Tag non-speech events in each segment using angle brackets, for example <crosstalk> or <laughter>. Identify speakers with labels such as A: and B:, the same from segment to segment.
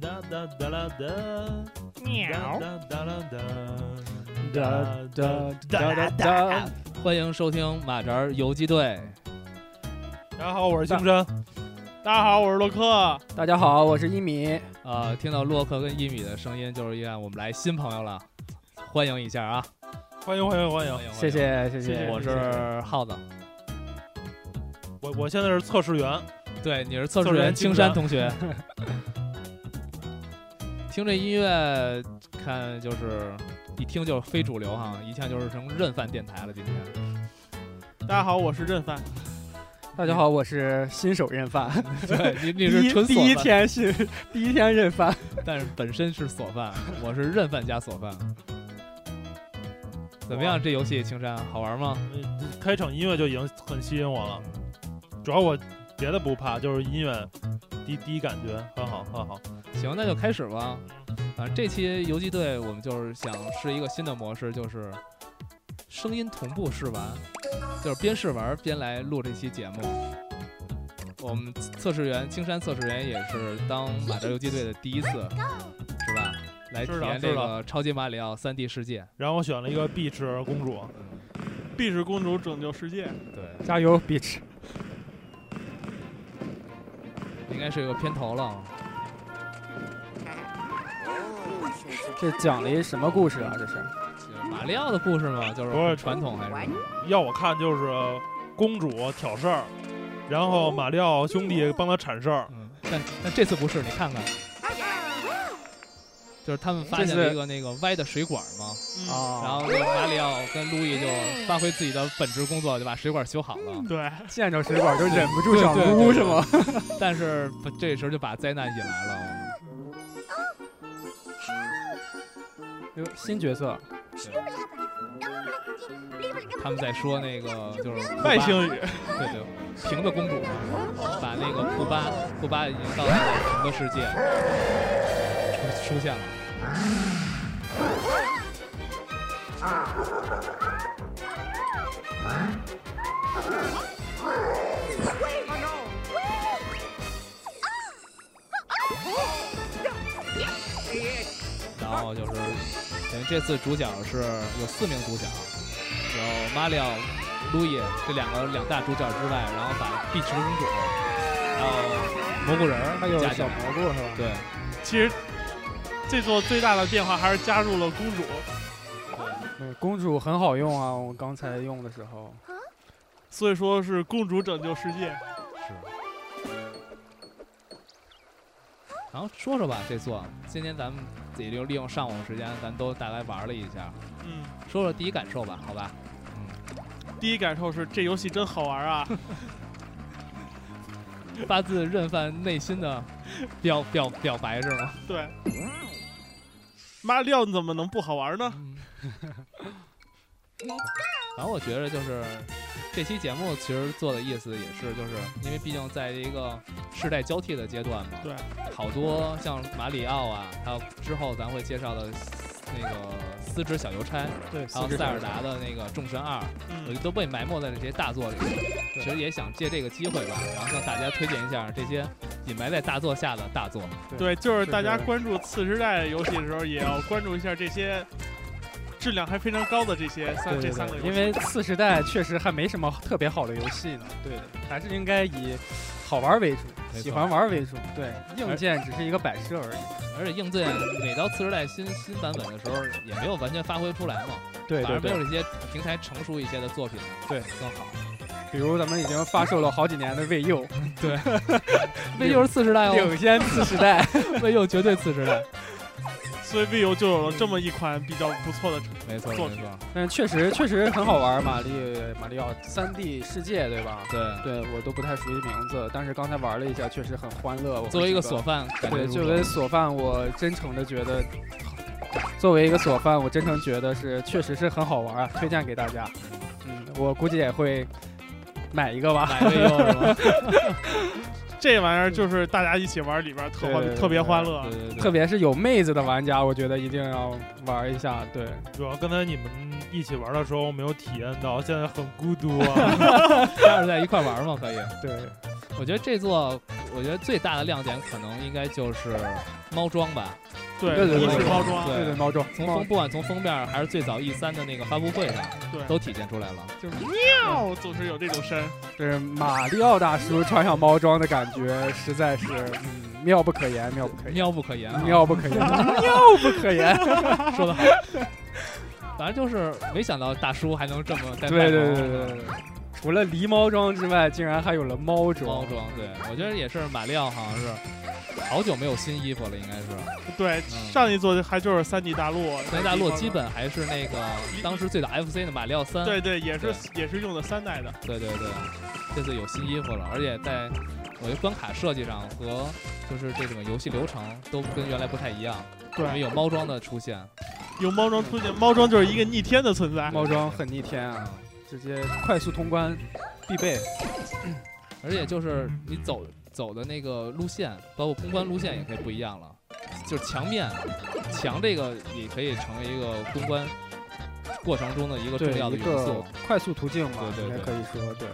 A: 哒哒啦哒，
B: 喵
A: 哒哒啦哒，
B: 哒哒哒哒哒，
C: 欢迎收听马扎儿游击队。
A: 大家好，我是星山。
B: 大家好，我是洛克。
D: 大家好，我是一米。
C: 啊，听到洛克跟一米的声音，就是因为我们来新朋友了，欢迎一下啊！
A: 欢迎欢迎欢迎！
C: 欢迎，
D: 谢谢谢
B: 谢
D: 谢，
C: 我是耗呃子，
A: 我我现在是测试员，
C: 对，你是测试
A: 测试
C: 员
A: 员
C: 青山同学。 <laughs> 听这音乐，看就是一听就是非主流哈，一看就是成认饭电台了。今天
B: 大家好，我是任范。
D: 大家好，我是新手认饭，
C: 对你
D: 第
C: 你是
D: 一
C: 纯
D: 第
C: 锁
D: 一
C: 饭，
D: 天新， <laughs> 第一天认饭。
C: 但是本身是锁饭，我是认饭加锁饭。怎么样？这游戏青山好玩吗？
A: 开场音乐就已经很吸引我了。主要我别的不怕，就是音乐第第一感觉很好很好。
C: 行，那就开始吧。啊，这期游击队我们就是想试一个新的模式，就是声音同步试玩，就是边试玩边来录这期节目。我们测试员青山测试员也是当马哲游击队的第一次，是吧？来体
A: 知道
C: 验这
A: 知
C: 个
A: 道
C: 超级马里奥三 D 世界。
A: 然后我选了一个碧池公主，
B: 碧池公主拯救世界，
C: 对，
D: 加油，bitch！
C: 应该是有个片头了。
D: 这讲了一什么故事啊？这是
C: 就是马里奥的故事嘛，就是
A: 不是
C: 传统还是？
B: 嗯
A: 要我看就是公主挑事儿，然后马里奥兄弟帮她铲事儿。
C: 嗯，但但这次不是，你看看，就是他们发现
D: 这
C: 了
D: 次
C: 一个那个歪的水管嘛，
B: 嗯
C: 然
D: 啊，
C: 后那个马里奥跟路易就发挥自己的本职工作，就把水管修好
A: 嗯
C: 了。
B: 对，
D: 见着水管就忍不住想
C: 对对对
D: 撸是 <laughs> 吗？
C: 但是不这时候就把灾难引来了。
D: 有新角色，
C: 他们在说那个就是库巴
B: 外星语。
C: 对对，瓶子公主嘛，把那个库巴库巴已经到达了瓶子世界出出现了。然后就是等于这次主角是有四名主角，有马里奥、路易这两个两大主角之外，然后把碧池公主，还有蘑菇人儿
D: 还有
C: 加进
D: 小
C: 来。
D: 蘑菇是吧？
C: 对，
B: 其实这座最大的变化还是加入了公主。
D: 嗯，公主很好用啊，我刚才用的时候。
B: 所以说是公主拯救世界。
C: 然后说说吧，这座今天咱们也就利用上午时间，咱都大概玩了一下，
B: 嗯，
C: 说说第一感受吧，好吧？
B: 第一感受是这游戏真好玩
D: <laughs>
B: 啊！
C: 发自任范内心的表表表白是 <laughs> 吗？
B: 对，马里奥怎么能不好玩呢？
C: 然后我觉得就是这期节目其实做的意思也是，就是因为毕竟在一个世代交替的阶段嘛，
B: 对，
C: 好多像马里奥啊，还有之后咱会介绍的那个丝织小邮差，
D: 对，
C: 还有塞尔达的那个《众神二》，我
B: 嗯
C: 觉得，都被埋没在这些大作里。其实也想借这个机会吧，然后向大家推荐一下这些隐埋在大作下的大作。
B: 对，就是大家
D: 就是
B: 关注次时代游戏的时候，也要关注一下这些质量还非常高的这些三
D: 对
B: 这
D: 对
B: 三个
D: 对，
B: 游
D: 因
B: 戏。
D: 为次时代确实还没什么特别好的游戏呢。对的，还是应该以好玩为主，
C: 没错
D: 喜欢玩为主。
B: 嗯
D: 对，硬件只是一个摆设而已。
C: 而且硬件每到次时代新新版本的时候，也没有完全发挥出来嘛，
D: 对
C: 反
D: 对
C: 而
D: 对，
C: 没有这些平台成熟一些的作品，
D: 对
C: 更
D: <laughs>
C: 好。
D: 比如咱们已经发售了好几年的未 <laughs> 佑，
C: 魏又是次时代哦，
D: 领先次时代。
C: 魏又绝对次时代，
B: 所以 VU 就有了这么一款比较不错的成
C: 没错没
B: 作
C: 错
B: 品，
D: <laughs> 但确实确实很好玩，马里马里奥三 D 世界，对吧？
C: 对。
D: 对我都不太熟悉名字，但是刚才玩了一下，确实很欢乐。我
C: 作为一个
D: 和
C: 锁饭，
D: 这
C: 感
D: 个，对，
C: 觉
D: 作
C: 如 <laughs> 何
D: 为索饭，我真诚的觉得，作为一个索饭，我真诚觉得是确实是很好玩啊，推荐给大家。嗯，我估计也会买一个吧。
C: 买魏又是
D: <laughs>
C: 吗？
B: 这玩意儿就是大家一起玩里边儿特
D: 对对
B: 欢
D: 对
B: 特别欢乐啊
C: 对。对
D: <laughs>
C: 对，
D: 特别是有妹子的玩家，我觉得一定要玩一下。对，
A: 主要刚才你们一起玩的时候，我没有体验到，现在很孤独啊。
C: 待会儿在一块玩嘛，可以。
D: 对，
C: 我觉得这座我觉得最大的亮点可能应该就是猫庄吧，
B: 对
D: 对对
B: 一
D: 对
B: 式
D: 对
B: 包装，
D: 对对，
C: 对，
D: 猫庄，
C: 从
D: 猫
C: 封不管从封面还是最早 E 三的那个发布会上，
B: 对
C: 都体现出来了。
B: 就是喵，总是有这种声。
D: 这是马里奥大叔穿上猫装的感觉，实在是嗯妙不可言，妙不可言，
C: 妙不可言、啊，
D: 妙不 <laughs> 可言，妙不可言。
C: 说的好。反正就是没想到大叔还能这么
D: <laughs>
C: 在
D: 对
C: 卖
D: 对对
C: 萌
D: 对对，对除了狸猫装之外，竟然还有了猫
C: 猫
D: 装。
C: 装，对我觉得也是马里奥好像是好久没有新衣服了，应该是。
B: 对，
C: 嗯
B: 上一座还就是三 D 大陆，
C: 那大陆基本还是那个当时最早 FC 的马里奥三，
B: 对对，也是也是用的三代的，
C: 对对对，这次有新衣服了，而且在我觉得关卡设计上和就是这种游戏流程都跟原来不太一样，因为
B: 对，
C: 有猫装的出现，
B: 有猫装出现，猫装就是一个逆天的存在。
D: 猫装很逆天啊，
C: 嗯
D: 直接快速通关必备。
C: 而且就是你走走的那个路线，包括公关路线也可以不一样了，就是墙面墙这个也可以成为一个公关过程中的一个
D: 对
C: 重要的
D: 一
C: 元
D: 个
C: 素。
D: 快速途径嘛，
C: 对对
D: 应该
C: 对
D: 可以说对。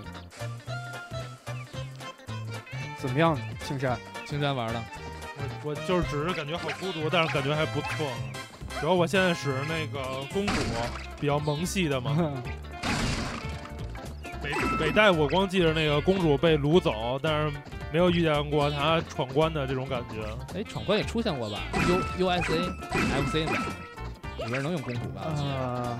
D: 怎么样，青山？ <laughs>
C: 青山玩的，
A: 我我就是只是感觉好孤独，但是感觉还不错。主要我现在使那个肱骨比较萌系的
D: <laughs>
A: 嘛，北北代我光记着那个公主被掳走，但是没有遇见过她闯关的这种感觉。
C: 哎，闯关也出现过吧？U U S A F C 里边能用公主吧？我记得
A: 嗯
D: 啊，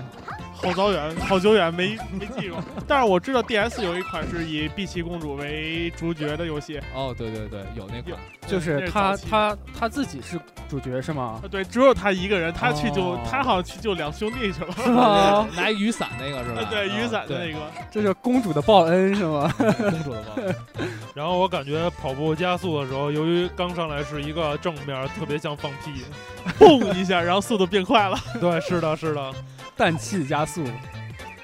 B: 好早远，好久远没没记
A: <laughs>
B: 过，但是我知道 DS 有一款是以碧琪公主为主角的游戏，
C: 哦，对对对，有那款。
D: 就是他
B: 那是早期的
D: 他他自己是主角是吗？
B: 啊对，只有她一个人，她去救，
D: 哦
B: 她好像去救两兄弟去了，？
D: 是吗？
C: 拿雨伞那个是吧
B: <laughs>
C: 哦
B: 对，雨伞的那
C: 个
B: 个，
D: 这是公主的报恩是吗？ <laughs>
C: 公主的包。
A: 然后我感觉跑步加速的时候，由于刚上来是一个正面，特别像放屁。
B: 嘣一下，然后速度变快了。
A: <laughs> 对，是的，是的，
D: 氮气加速，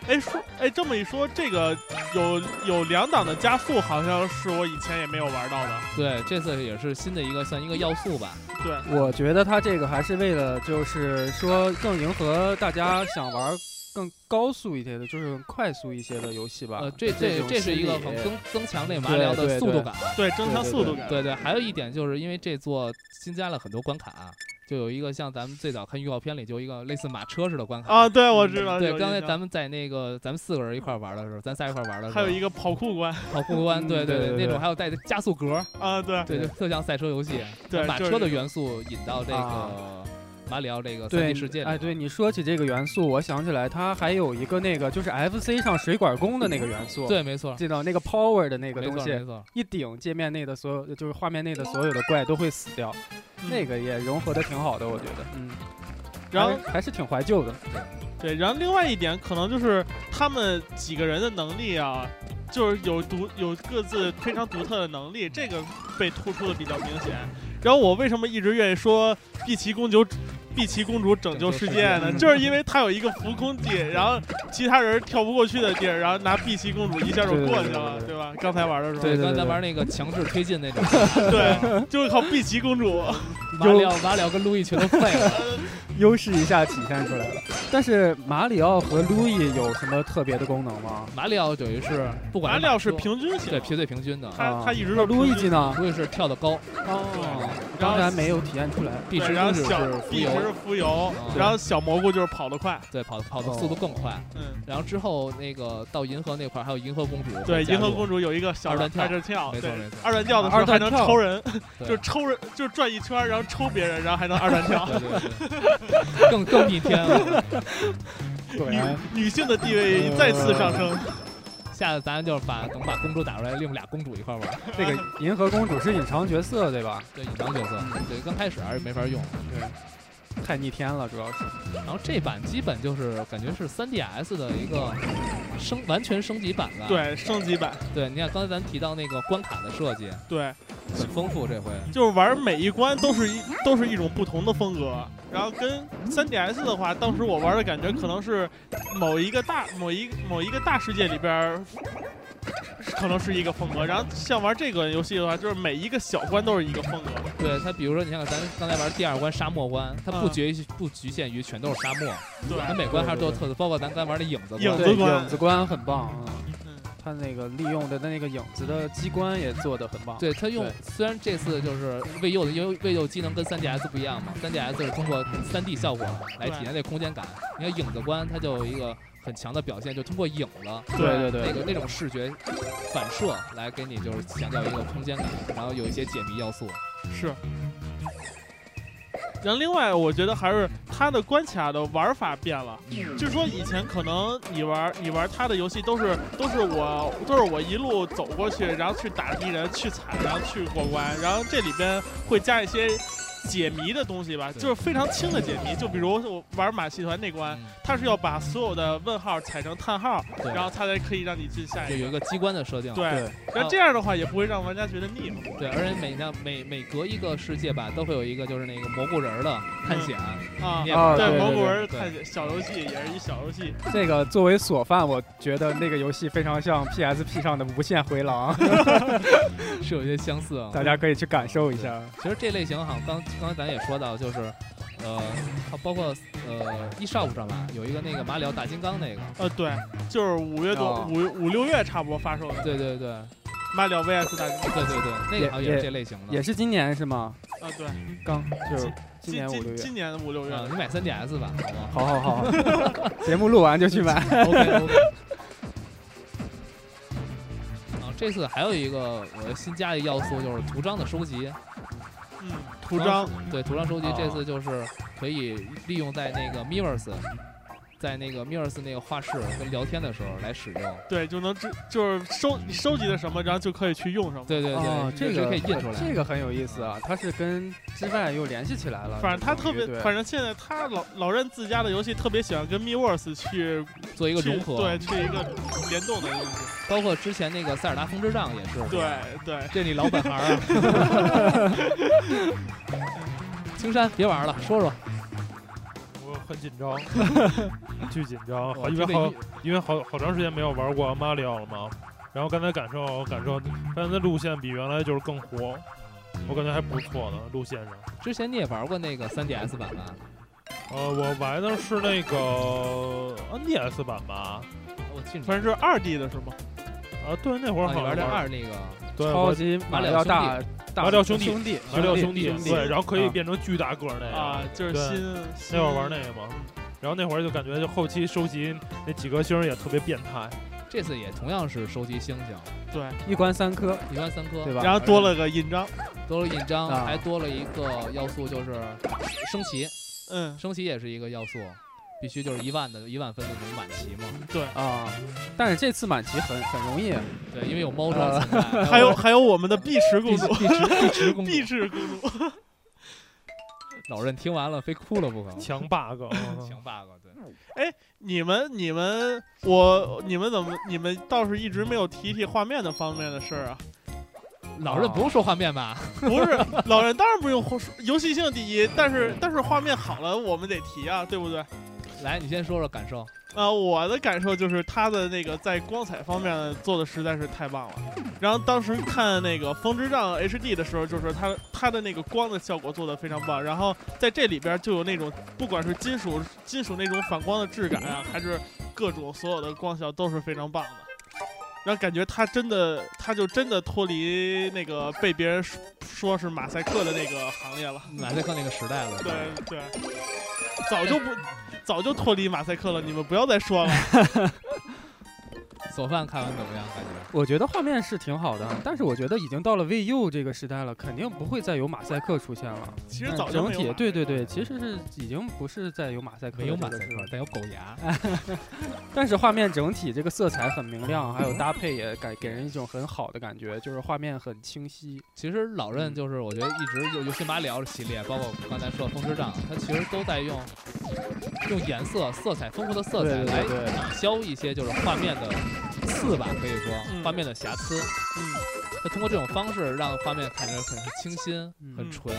B: 哎，说，哎，这么一说，这个有有两档的加速，好像是我以前也没有玩到的。
C: 对，这次也是新的一个算一个要素吧。
B: 对，
D: 我觉得他这个还是为了就是说更迎合大家想玩更高速一些的，就是快速一些的游
B: 啊
D: 戏吧。
C: 呃，这这
D: 种
C: 这是一个
D: 心
C: 很
D: 理
C: 增增强那马里奥
D: 对对
C: 的速度感。
B: 对，增强
D: 对对
B: 速度感。
C: 对对，还有一点就是因为这座新加了很多关卡，啊就有一个像咱们最早看预告片里就一个类似马车似的关卡。
B: 啊，对，我知道。
C: 嗯对
B: 有，
C: 刚才
B: 印象
C: 咱们在那个咱们四个人一块儿玩的时候，咱仨一块儿玩的时候，
B: 还有一个跑酷关
C: 跑酷关，
D: 嗯
C: 对
D: 对对
C: 那种
D: 对
C: 还有带着加速格，
B: 啊，对，
C: 对，就特像赛车游戏，
B: 对
C: 把马
B: 就是
C: 车
B: 这
C: 的元素引到这个
D: 啊
C: 马里奥这个三
D: 对
C: D 世界里。
B: 啊
D: 哎，对你说起这个元素，我想起来，它还有一个那个就是 FC 上水管工的那个元素，，
C: 对，没错，
D: 记得那个 power 的那个
C: 没
D: 东
C: 错，
D: 西
C: 没，错。
D: 一顶界面内的所有，就是画面内的所有的怪都会死掉，
B: 嗯
D: 那个也融合的挺好的，我觉得，嗯，
B: 然后
D: 还是还是挺怀旧的，
B: 对，然后另外一点可能就是他们几个人的能力啊，就是有独有各自非常独特的能力，这个被突出的比较明显。然后我为什么一直愿意说碧琪公主？碧琪公主拯救世界呢，
D: 拯救世界
B: 就是因为她有一个浮空技，然后其他人跳不过去的地儿，然后拿碧琪公主一下就过去了，
D: 对对对对对
B: 对吧？刚才玩的时候，
D: 对对
C: 刚才
D: 对
C: 玩那个强制推进
B: <laughs>
C: 那种，
B: 对，就是靠碧琪公主。
C: 马里奥马里奥跟路易全都废了。
D: 优势一下体现出来了。但是马里奥和路易有什么特别的功能吗？
C: 马里奥等于是不管
B: 马里奥是
C: 车，
B: 平均型，
C: 对，绝对平均的。
B: 他
D: 啊
B: 他一直都
D: 路易技呢？
C: 路易是跳得高，
D: 哦，
B: 然
D: 刚
B: 后
D: 才没有体现出来。
C: 碧
B: 对
C: 池
B: 然后
C: 公主
B: 小
C: 是浮
B: 碧池是
C: 游，
B: 浮游
C: 嗯，
B: 然后小蘑菇就是跑得快，
C: 对，跑跑的速度更快。
B: 嗯，
C: 然后之后那个到银河那块儿还有银河公主，
B: 对，银河公
C: 主，
B: 主有一个小
C: 二段跳
B: 二段跳，
C: 没
B: 对
C: 错没错，
B: 二段跳的时
D: 二
B: 候还
D: 段
B: 能
D: 跳
B: 抽人， <laughs>
C: 对
B: 就是抽人，就是转一圈儿，然后抽别人，然后还能二段跳。
C: 对对对，更更逆天了。
D: 果
B: 女
C: <laughs>
D: 然，
B: 女性的地位再次上升，
C: 下次咱就是把等把公主打出来，利用俩公主一块儿玩，
D: 这个银河公主是隐藏角色对吧？
C: 对，隐藏角色，对，刚开始还是没法用。
D: 太逆天了，主要是。
C: 然后这版基本就是感觉是 3DS 的一个升完全升级版吧。
B: 对，升级版，
C: 对，你看刚才咱提到那个关卡的设计
B: 对，
C: 很丰富，这回
B: 就是玩每一关都是一都是一种不同的风格。然后跟 3DS 的话，当时我玩的感觉可能是某一个大某一某一个大世界里边儿，可能是一个风格。然后像玩这个游戏的话，就是每一个小关都是一个风格。
C: 对它，比如说你看咱刚才玩第二关沙漠关，它不
B: 嗯
C: 局不局限于全都是沙漠，
B: 对，
C: 它每关还是都有
D: 对对对
C: 啊特色，包括咱刚才玩的影子关
B: 影子
D: 对，
B: 关
D: 影子关很棒啊。
B: 嗯
D: 它那个利用的那个影子的机关也做得很棒。
C: 对他用
D: 对，
C: 虽然这次就是未佑的，因为未佑机能跟 3DS 不一样嘛，3DS 是通过 3D 效果来体验这空间感。你看影子关，它就有一个很强的表现，就通过影了
D: 对对
C: 那
D: 对
C: 个那种视觉反射来给你就是强调一个空间感，然后有一些解谜要素。
B: 是。然后另外，我觉得还是它的关卡的玩法变了，
C: 嗯
B: 就是说以前可能你玩你玩它的游戏都是都是我都是我一路走过去，然后去打敌人、去踩，然后去过关，然后这里边会加一些解谜的东西吧，
C: 对
B: 就是非常轻的解谜，就比如我玩马戏团那关，
C: 嗯
B: 它是要把所有的问号踩成叹号，
C: 对
B: 然后它才可以让你进下
C: 就
B: 一
C: 有
B: 个
C: 一。个啊机关的设定。
B: 对，然后这样的话也不会让玩家觉得腻嘛。
C: 对，而且每像每每隔一个世界吧，都会有一个就是那个蘑菇人儿的探险，
B: 啊
C: 你，也
D: 啊
C: 不知道
D: 对
B: 对，
D: 对
B: 蘑
D: 对
B: 菇人
C: 对
B: 探险小游戏也是一小游戏，
D: 这个作为锁饭，我觉得那个游戏非常像 PSP 上的《无限回廊》，
C: 是有些相似啊。
D: 大家可以去感受一下。
C: 其实这类型好像刚刚才咱也说到，就是呃，它包括呃一上午上吧，有一个那个马里奥大金刚那个，
B: 呃，对，就是五月多
D: 哦
B: 五五六月差不多发售的《
C: 对对对
B: 马里奥 VS 大金
C: 对对对，那
D: 也
C: 个好像也
D: 也
C: 是这类型的。
D: 也是今年是吗？
B: 刚》啊，对，
D: 刚就是
B: 今
D: 今年五六
B: 今
D: 月。
B: 今年五六月
C: 啊，你买 3DS 吧，
D: <laughs> 好
C: 好吗
D: 好好，节目录完就去买。
C: ？OK OK。然啊后这次还有一个我新加的要素就是图章的收集，
B: 嗯，图章，
C: 对，图章收集
D: 哦
C: 这次就是可以利用在那个 Miiverse，在那个 Miiverse 那个画室跟聊天的时候来使用。
B: 对，就能知就是收你收集的什么，然后就可以去用什么。
C: 对对对，
D: 哦
C: 你
D: 这
C: 就直接
D: 个
C: 可以印出来。
D: 这个很有意思啊，它是跟之外又联系起来了。
B: 反正他
D: 这
B: 特
D: 种乐
B: 别，
D: 队
B: 反正现在他老老任自家的游戏特别喜欢跟 MiWorks 去
C: 做一个
B: 去
C: 融合，
B: 对，去一个联动的东西。
C: 包括之前那个塞尔达风之杖也是，
B: 对对，
C: 这你老本行
B: <laughs>
C: 啊。青山，别玩了，说说。
A: 我很紧 <laughs> 张，巨紧张，好
C: 我
A: 因
C: 这
A: 为
C: 个
A: 好
C: 一
A: 因为好好长时间没有玩过马里奥了嘛。然后刚才感受感受，刚才的路线比原来就是更活，我感觉还不错呢，路线上。
C: 之前你也玩过那个 3DS 版吧？
A: 呃，我玩的是那个 NDS 版吧？
C: 我记你
B: 反正是二 D 的是吗？
A: 啊，对，那会儿好
C: 啊你
A: 像
C: 玩的
A: 玩
C: 二那个，
A: 对，
D: 超
A: 我
D: 级马里奥
C: 马里奥
D: 大大
A: 马里奥兄弟
D: 兄弟
A: 马里奥兄
D: 弟啊
A: 弟，对，然后可以变成巨大个儿那个。
B: 啊，就是
A: 对
B: 新
A: 那
D: 嗯
A: 会儿玩那
B: 个。
A: 个嘛，然后那会儿就感觉就后期收集那几颗星儿也特别变态，
C: 这次也同样是收集星星，
B: 对，
D: 一关三颗，
C: 一关三颗，
D: 对吧？
B: 然后多了个印章，
C: 多了印章，
D: 啊
C: 还多了一个要素就是升旗，
B: 嗯，
C: 升旗也是一个要素，必须就是一万的一万分的能满旗嘛。
D: 啊，但是这次满级很很容易，
C: 对，因为有猫装存在，
B: 啊 <laughs> 还
C: <laughs>
B: 有还有我们的碧池
C: 碧
B: 公
C: 池
B: 主，
C: 碧池碧池公主，
B: 碧池公主，
C: 老任听完了非哭了不可。
D: <laughs>
A: 强 bug 啊。
C: 强 bug 对，
B: 你们你们我你们怎么你们倒是一直没有提提画面的方面的事儿啊？ <laughs>
C: 老任不用说画面吧？
B: 不是，老人当然不用说游戏性第一，但是但是画面好了我们得提啊，对不对？
C: 来，你先说说感受。
B: 啊、我的感受就是它的那个在光彩方面做的实在是太棒了。然后当时看那个《风之杖》HD 的时候，就是它它的那个光的效果做的非常棒。然后在这里边就有那种不管是金属金属那种反光的质感啊，还是各种所有的光效都是非常棒的。然后感觉它真的，它就真的脱离那个被别人说说是马赛克的那个行列了。
C: 马赛克那个时代了，
B: 对对，早就不早就脱离马赛克了，你们不要再说了。
C: 索饭看完怎么样？感觉
D: 我觉得画面是挺好的，但是我觉得已经到了 VU 这个时代了，肯定不会再有马赛克出现了。
B: 其
D: 其
B: 实早就
D: 整
B: 没有
D: 体
B: 了
D: 对对对，其实是已经不是再有马赛克，
C: 没有马赛克，，但有狗牙。
D: 但是画面整体这个色彩很明亮，还有搭配也给给人一种很好的感觉，就是画面很清晰。
C: 其实老任就是我觉得一直就尤其马里奥的系列，包括刚才说的风之杖，它其实都在用用颜色、色彩丰富的色彩
D: 对
C: 来
D: 对对
C: 抵消一些就是画面的刺吧，可以说
B: 嗯
C: 画面的瑕疵。
B: 嗯，
C: 它通过这种方式让画面看着很清新、很
D: 嗯
C: 纯。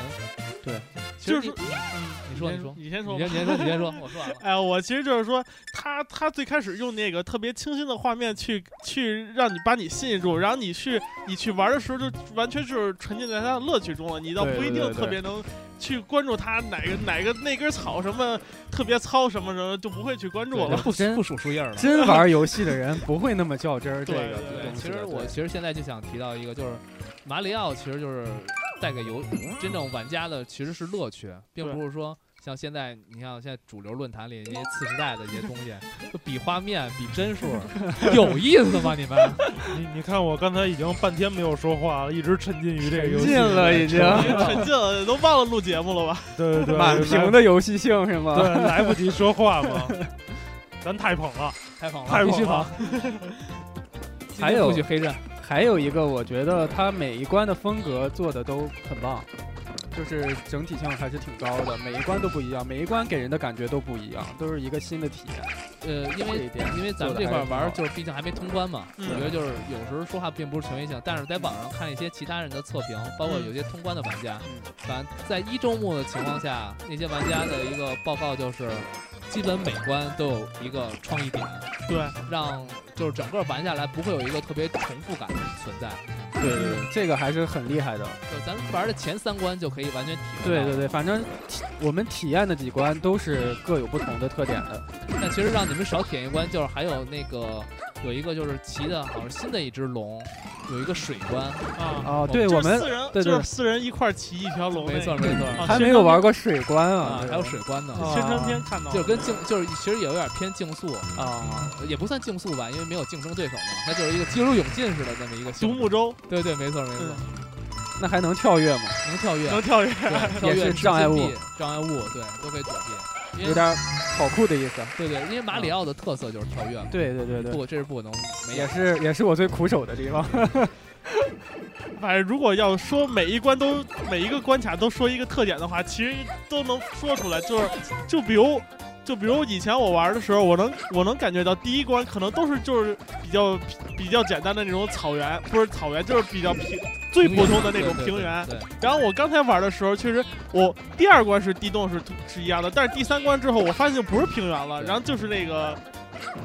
D: 对，
C: 其
B: 就
C: 实
B: 是
C: 你
B: 说嗯
C: 你说
B: 先
C: 你说
B: 你先说
C: 你
B: 吧
C: 先。你先说，你先说，我说完了。
B: <laughs> 哎，我其实就是说，他他最开始用那个特别清新的画面去去让你把你吸引住，然后你去你去玩的时候就完全就是沉浸在他的乐趣中了，你倒
D: 对
B: 不一
D: 对
B: 定
D: 对
B: 特别能去关注它哪个哪个那根草什么特别糙什么什么，就不会去关注
C: 对
B: 了。
C: 不
D: 真
C: 不数树叶了。
D: 真玩游戏的人不会那么较真儿，这
B: 对
D: 个
B: 对
C: 对，
D: 东西
C: 其
D: 的
C: 实我其实现在就想提到一个，就是马里奥其实就是带给游真正玩家的其实是乐趣，并
B: 对
C: 不是说像现在你看现在主流论坛里一些次时代的一些东西，就比画面比帧数，有意思吗？你们？
A: 你你看我刚才已经半天没有说话了，一直沉浸于这个游
D: 沉
A: 戏。
D: 浸了已经，
B: <laughs> 沉浸了，都忘了录节目了吧？
A: 对对对，
D: 满屏的游戏性是
A: 来，对，
D: <laughs> 吗？
A: 来不及说话
D: <laughs>
A: 嘛。咱太捧
D: 啊
A: 了，
C: 太捧了，
A: 太
C: 必
A: 捧
C: 须
A: 了
C: 捧，。今
D: 还
C: 天
D: 有
C: 不许黑刃，
D: 还有一个，我觉得它每一关的风格做的都很棒，就是整体性还是挺高的，每一关都不一样，每一关给人的感觉都不一样，都是一个新的体验。
C: 呃，因
D: 这
C: 为
D: 一点
C: 因为咱
D: 做得
C: 们这
D: 还
C: 块
D: 是
C: 玩
D: 挺
C: 儿
D: 好
C: 就是毕竟还没通关嘛，
B: 嗯
C: 我觉得就是有时候说话并不是权威性，但是在网上看一些其他人的测评，包括
B: 嗯
C: 有些通关的玩家，
D: 嗯
C: 反正在一周目的情况下，那些玩家的一个报告就是，基本每关都有一个创意点，
B: 对，
C: 让就是整个玩下来不会有一个特别重复感存在。
D: 对对对，这个还是很厉害的。
C: 就咱们玩的前三关就可以完全体会
D: 对
C: 到
D: 对对，反正体我们体验的几关都是各有不同的特点的。
C: 但其实让你们少舔一关，就是还有那个有一个就是骑的好像新的一只龙，有一个水关，
B: 啊，
D: 哦，
C: 嗯
D: 对
B: 就
D: 我
B: 是
D: 们
B: 四人
D: 对对
B: 就是四人一块儿骑一条龙那个，
C: 没错没错，
B: 啊
D: 还没有玩过水关
C: 啊
D: 啊，，对
C: 还有水关呢，
B: 宣传片看到了，
C: 就是跟竞就是其实也有点偏竞速，
D: 啊，
C: 也不算竞速吧，因为没有竞争对手嘛，它就是一个激流勇进似的这么一个
B: 独
C: 性质。
B: 木舟
C: 对对，没错没错，
D: 那还能跳跃吗？
C: 能跳跃，
B: 能跳跃，
C: 对跳
D: 也
C: 跃
D: 是
C: 吃
D: 障碍
C: 金
D: 物
C: 币，障碍物对都可以躲避，因
D: 有
C: 为
D: 点跑酷的意思。
C: 对对，因为马里奥的特色就是跳跃嘛，
D: 对对对对，
C: 不这是不能没
D: 也
C: 有。
D: 是也是我最苦手的地方。
B: 反正如果要说每一关都每一个关卡都说一个特点的话，其实都能说出来。就是就比如就比如以前我玩的时候，我能我能感觉到第一关可能都是就是比较比较简单的那种草原，不是草原，就是比较平最普通的那种平原。
C: 对，对对对
B: 然后我刚才玩的时候，确实我第二关是地洞是是一样的，但是第三关之后我发现就不是平原了，
C: 对
B: 然后就是那个。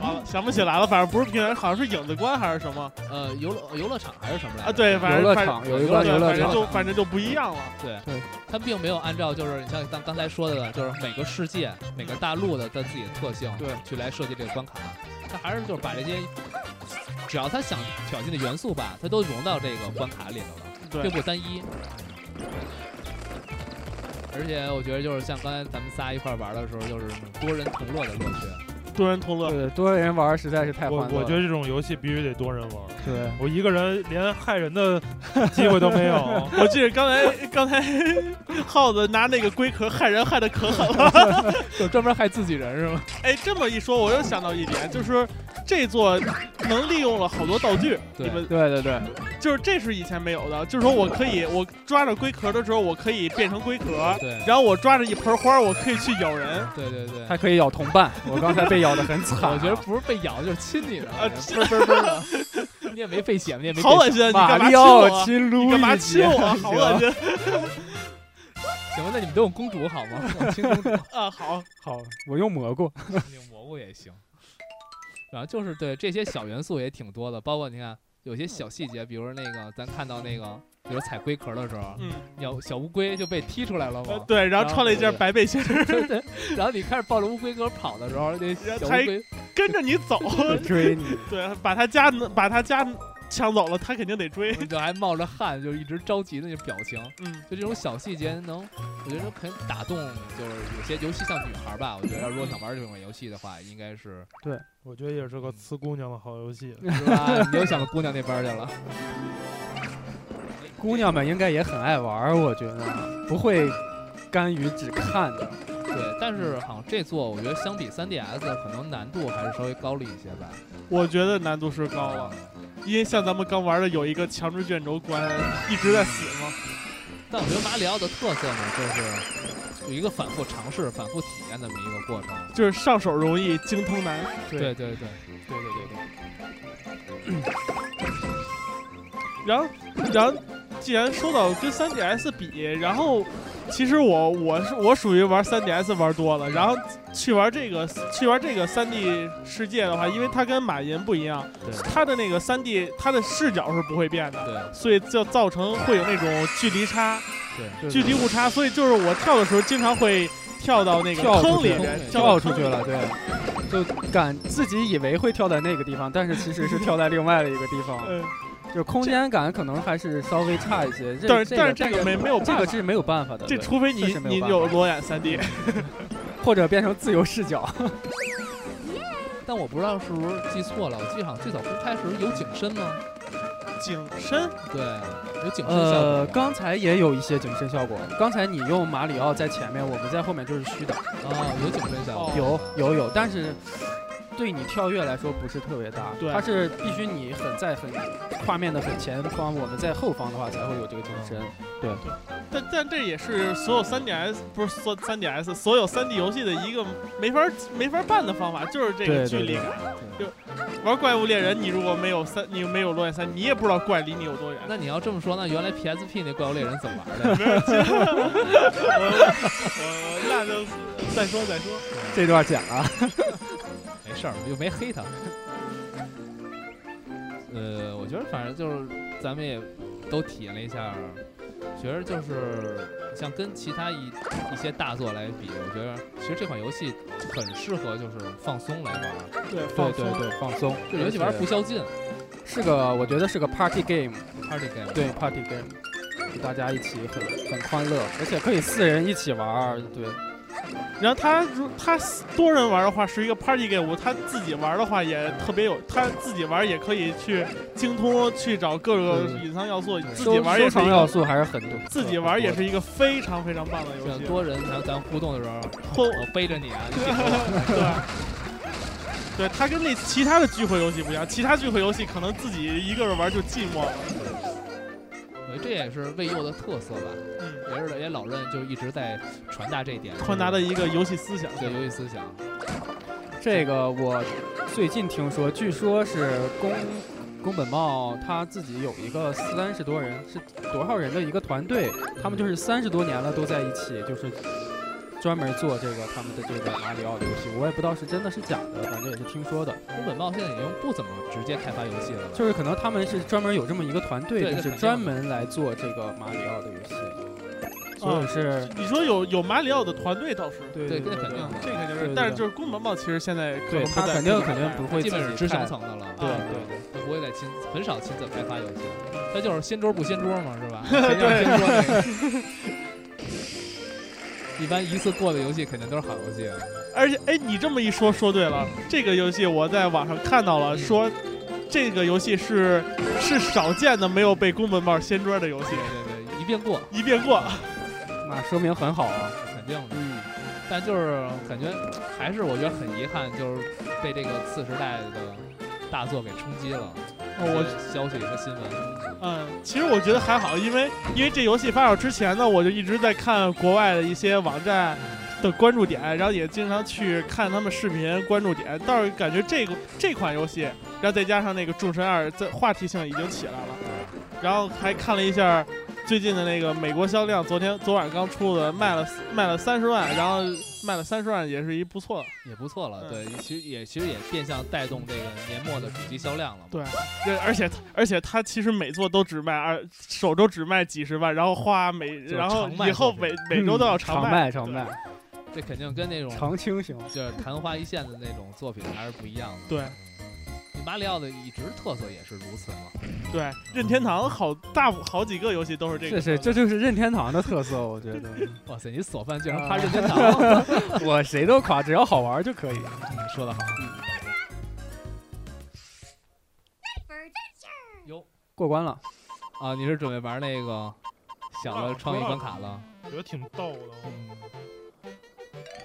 B: 完了，想不起来了，反正不是平原，好像是影子关还是什么
C: 呃，游乐游乐场还是什么来着？
B: 啊？对，反
D: 游
B: 正
D: 乐
B: 反正
D: 场有一关
C: 对
D: 游乐
B: 反正
D: 场，
B: 就反正就不一样了。
C: 对
D: 对，
C: 它并没有按照就是你像刚刚才说的，就是每个世界、每个大陆的它自己的特性，
D: 对，
C: 去来设计这个关卡，它还是就是把这些只要他想挑衅的元素吧，它都融到这个关卡里头了，
B: 对
C: 并不单一。而且我觉得就是像刚才咱们仨一块儿玩的时候，就是那种多人同乐的乐趣。
B: 多人同乐，
D: 对多人玩实在是 <laughs> 太欢
A: 我
D: 乐了。
A: 我觉得这种游戏必须得多人玩，
D: 对，
A: 我一个人连害人的机会都没有。
D: <laughs>
B: 我记得刚才刚才 <laughs> 耗子拿那个龟壳害人害的可狠了。 <laughs>
C: 就专门害自己人是吗？
B: 哎，这么一说，我又想到一点，就是这座能利用了好多道具。
C: 对
B: 你们
D: 对对对，
B: 就是这是以前没有的，就是说我可以我抓着龟壳的时候，我可以变成龟壳。
C: 对
B: 然后我抓着一盆花，我可以去咬人。
C: 对对对，
D: 还可以咬同伴，我刚才被咬的很惨。
C: 我觉得不是被咬就是亲你的，
B: 啊
C: 我觉得啵啵啵的，你也没费血，你也
B: <laughs>
C: 没
B: 好啊
C: 费
B: 恶心！你干
D: 马
B: 嘛
D: 里
B: 亲我
D: 奥？亲路
B: 你
D: 易
B: 干嘛
D: 吉
B: 亲
D: <laughs>
B: 我？好啊恶心
C: 行吧，那你们都用公主好吗？ <laughs> 我轻公主，
B: 啊！好，
D: 好，我用蘑菇。
C: 用蘑菇也行。然后就是对这些小元素也挺多的，包括你看有些小细节，比如那个咱看到那个，比如采龟壳的时候，
B: 嗯，
C: 鸟小乌龟就被踢出来了
B: 呃
C: 嘛。
B: 对，然
C: 然
B: 后
C: 后
B: 穿了一件
C: 对
B: 白背心，
C: 对对。 <laughs> 然后你开始抱着乌龟哥跑的时候，那小乌龟
B: 跟着你走，
D: 追你，
B: 对，把他家把他家抢走了，他肯定得追。
C: 就还冒着汗，就一直着急的那表情。
B: 嗯，
C: 就这种小细节能，我觉得很打动，就是有些尤其像女孩儿吧，我觉得如果想玩这种游戏的话，应该是
A: 我觉得也是个呲姑娘的好游
D: <laughs>
A: 戏。
C: 是吧？你又想到姑娘那边儿去了。
D: 姑娘们应该也很爱玩，我觉得不会甘于只看的。
C: 对，但是好像这座我觉得相比 3DS 可能难度还是稍微高了一些吧。
B: 我觉得难度是高了，因为像咱们刚玩的有一个强制卷轴关一直在死嘛。
C: 但我觉得马里奥的特色呢，就是有一个反复尝试、反复体验这么一个过程。
B: 就是上手容易，精通难。
C: 对对对对对对对，
B: 然后，然后，既然说到跟 3DS 比，然后其实我我是我属于玩 3DS 玩多了，然后去玩这个去玩这个 3D 世界的话，因为它跟马银不一样
C: 对，
B: 它的那个 3D 它的视角是不会变的，
C: 对
B: 所以就造成会有那种距离差。
C: 对，
B: 距离误差，所以就是我跳的时候经常会跳到那个
D: 跳出
B: 坑
D: 去
B: 里
C: 了
B: 边，
D: 跳出去了，对，就敢自己以为会跳在那个地方，但是其实是跳在另外的一个地方，
B: 嗯，
D: 就空间感可能还是稍微差一些。这
B: 但是
D: 个
B: 但是这个没没有
D: 这
B: 办
D: 个
B: 法，
D: 是没有办法的，
B: 这
D: 对
B: 除非你
D: 确实没
B: 你
D: 有办法
B: 有裸眼三 D，
D: 或者变成自由
B: <laughs>
D: 视角，
C: 但我不知道是不是记错了，我记得好像最早公开时有景深吗？
B: 景深
C: 对，有景深效果
D: 呃，
C: 吧。
D: 刚才也有一些景深效果。刚才你用马里奥在前面，我们在后面就是虚的，
C: 啊，有景深效果
B: 哦。
D: 有有有，但是对你跳跃来说不是特别大，
B: 对啊
D: 它是必须你很在很画面的很前方，我们在后方的话才会有这个景深。
B: 哦但但这也是所有 3DS 不是所 3DS 所有 3D 游戏的一个没法没法办的方法，就是这个
D: 对对
B: 距离感。
C: Oh.
B: 就玩怪物猎人，你如果没有三，你没有裸眼三，你也不知道怪离你有多远。
C: 那你要这么说，那原来 PSP 那怪物猎人怎么玩的？呀？
B: 我我我那就再说再说。
D: 这段剪了，
C: 没事儿，又没
B: <laughs>
C: 黑他。呃，我觉得反正就是咱们也都体验了一下，觉得就是像跟其他一一些大作来比，我觉得其实这款游戏很适合就是放松来玩儿，
B: 对，
D: 对对对，放松，
C: 就尤其玩儿不消禁
D: 是个，我觉得是个 party game，
C: ，party game。
D: 对 party game，就大家一起很很欢乐，而且可以四人一起玩儿，对，
B: 然后他如他多人玩的话是一个 party game，他自己玩的话也特别有，他自己玩也可以去精通去找各个
D: 嗯
B: 隐藏要素，自己
D: 收
B: 玩也
D: 收
B: 是一
D: 藏要
B: 个
D: 素还是很多，
B: 自己玩也是一个非常非常棒的游
C: 像
B: 戏。
C: 多人，还有咱互动的时候，
B: 后
C: 我背着你啊，你别
B: 对，对，它跟那其他的聚会游戏不一样，其他聚会游戏可能自己一个人玩就寂寞了。
C: 我觉得这也是魏佑的特色吧，
B: 嗯，
C: 也是也老任就一直在传达这一点，
B: 传达的一个游戏思想。
C: 对游戏思想。
D: 这个我最近听说，据说是宫宫本茂他自己有一个三十多人是多少人的一个团队，他们就是三十多年了都在一起，就是专门做这个他们的这个马里奥的游戏。我也不知道是真的是假的，反正也是听说的，
C: 宫本茂现在已经不怎么直接开发游戏了吧，
D: 就是可能他们是专门有这么一个团
C: 对
D: 队，就
C: 这
D: 是
C: 肯定的
D: 专门来做这个马里奥的游戏，
C: 啊
D: 所以是。
B: 你说有有马里奥的团队倒是，
D: 对
C: 对
D: 对
C: 这肯定的
B: 这肯定
D: 对
B: 是
D: 对，
B: 但是
D: 对
B: 就是宫本茂其实现在可
D: 对
B: 能
D: 他
B: 不在
D: 肯定肯定不会
C: 基本
D: 自
C: 是
D: 己
C: 知
D: 开 <laughs>
C: 上层的了，
D: 对
B: 啊
D: 对对，
C: 他不会再亲很少亲自开发游戏，他就是掀桌不掀桌嘛，是吧？
B: 对
C: 谁让掀桌那个 <laughs> 一般一次过的游戏肯定都是好游戏，啊
B: 而且哎，你这么一说，说对了，这个游戏我在网上看到了，说这个游戏是是少见的没有被宫本茂掀桌的游戏
C: 对，对对，一遍过
B: 一遍过。
D: <laughs> 那说明很好啊。
C: 肯定的。
D: 嗯，
C: 但就是感觉还是我觉得很遗憾，就是被这个次时代的大作给冲击了。
B: 我
C: 消息和新闻，
B: 嗯，其实我觉得还好，因为因为这游戏发售之前呢，我就一直在看国外的一些网站的关注点，然后也经常去看他们视频关注点，倒是感觉这个这款游戏，然后再加上那个《众神二》，这话题性已经起来了，然后还看了一下最近的那个美国销量，昨天昨晚刚出的，卖了卖了三十万，然后卖了三十万也是一不错的。
C: 也不错了。
B: 嗯
C: 对，其实也其实也变相带动这个年末的主机销量了嘛。
B: 对，这而且而且他其实每座都只卖二，首周只卖几十万，然后花每
C: 是
B: 然后
C: 常卖
B: 以后
C: 作品
B: 每每周都要
D: 常
B: 卖。
D: 常
B: 对嗯
D: 嗯卖，
C: 这肯定跟那种
D: 常青型。
C: 就是昙花一现的那种作品还是不一样的。
B: 对
C: 马里奥的一直特色也是如此嘛。
B: 对，任天堂好大好几个游戏都是这个。
D: 是是，这就是任天堂的特色，我觉
B: <laughs>
D: 得。
C: 哇塞，你所犯居然
D: 啊
C: 夸任天
D: <laughs>
C: 堂，
D: 我谁都夸，只要好玩就可以。
C: 你说的好。哟
D: 过关了，
C: 啊，你是准备玩那个小的创意关卡了？
A: 觉得挺逗的。
C: 嗯，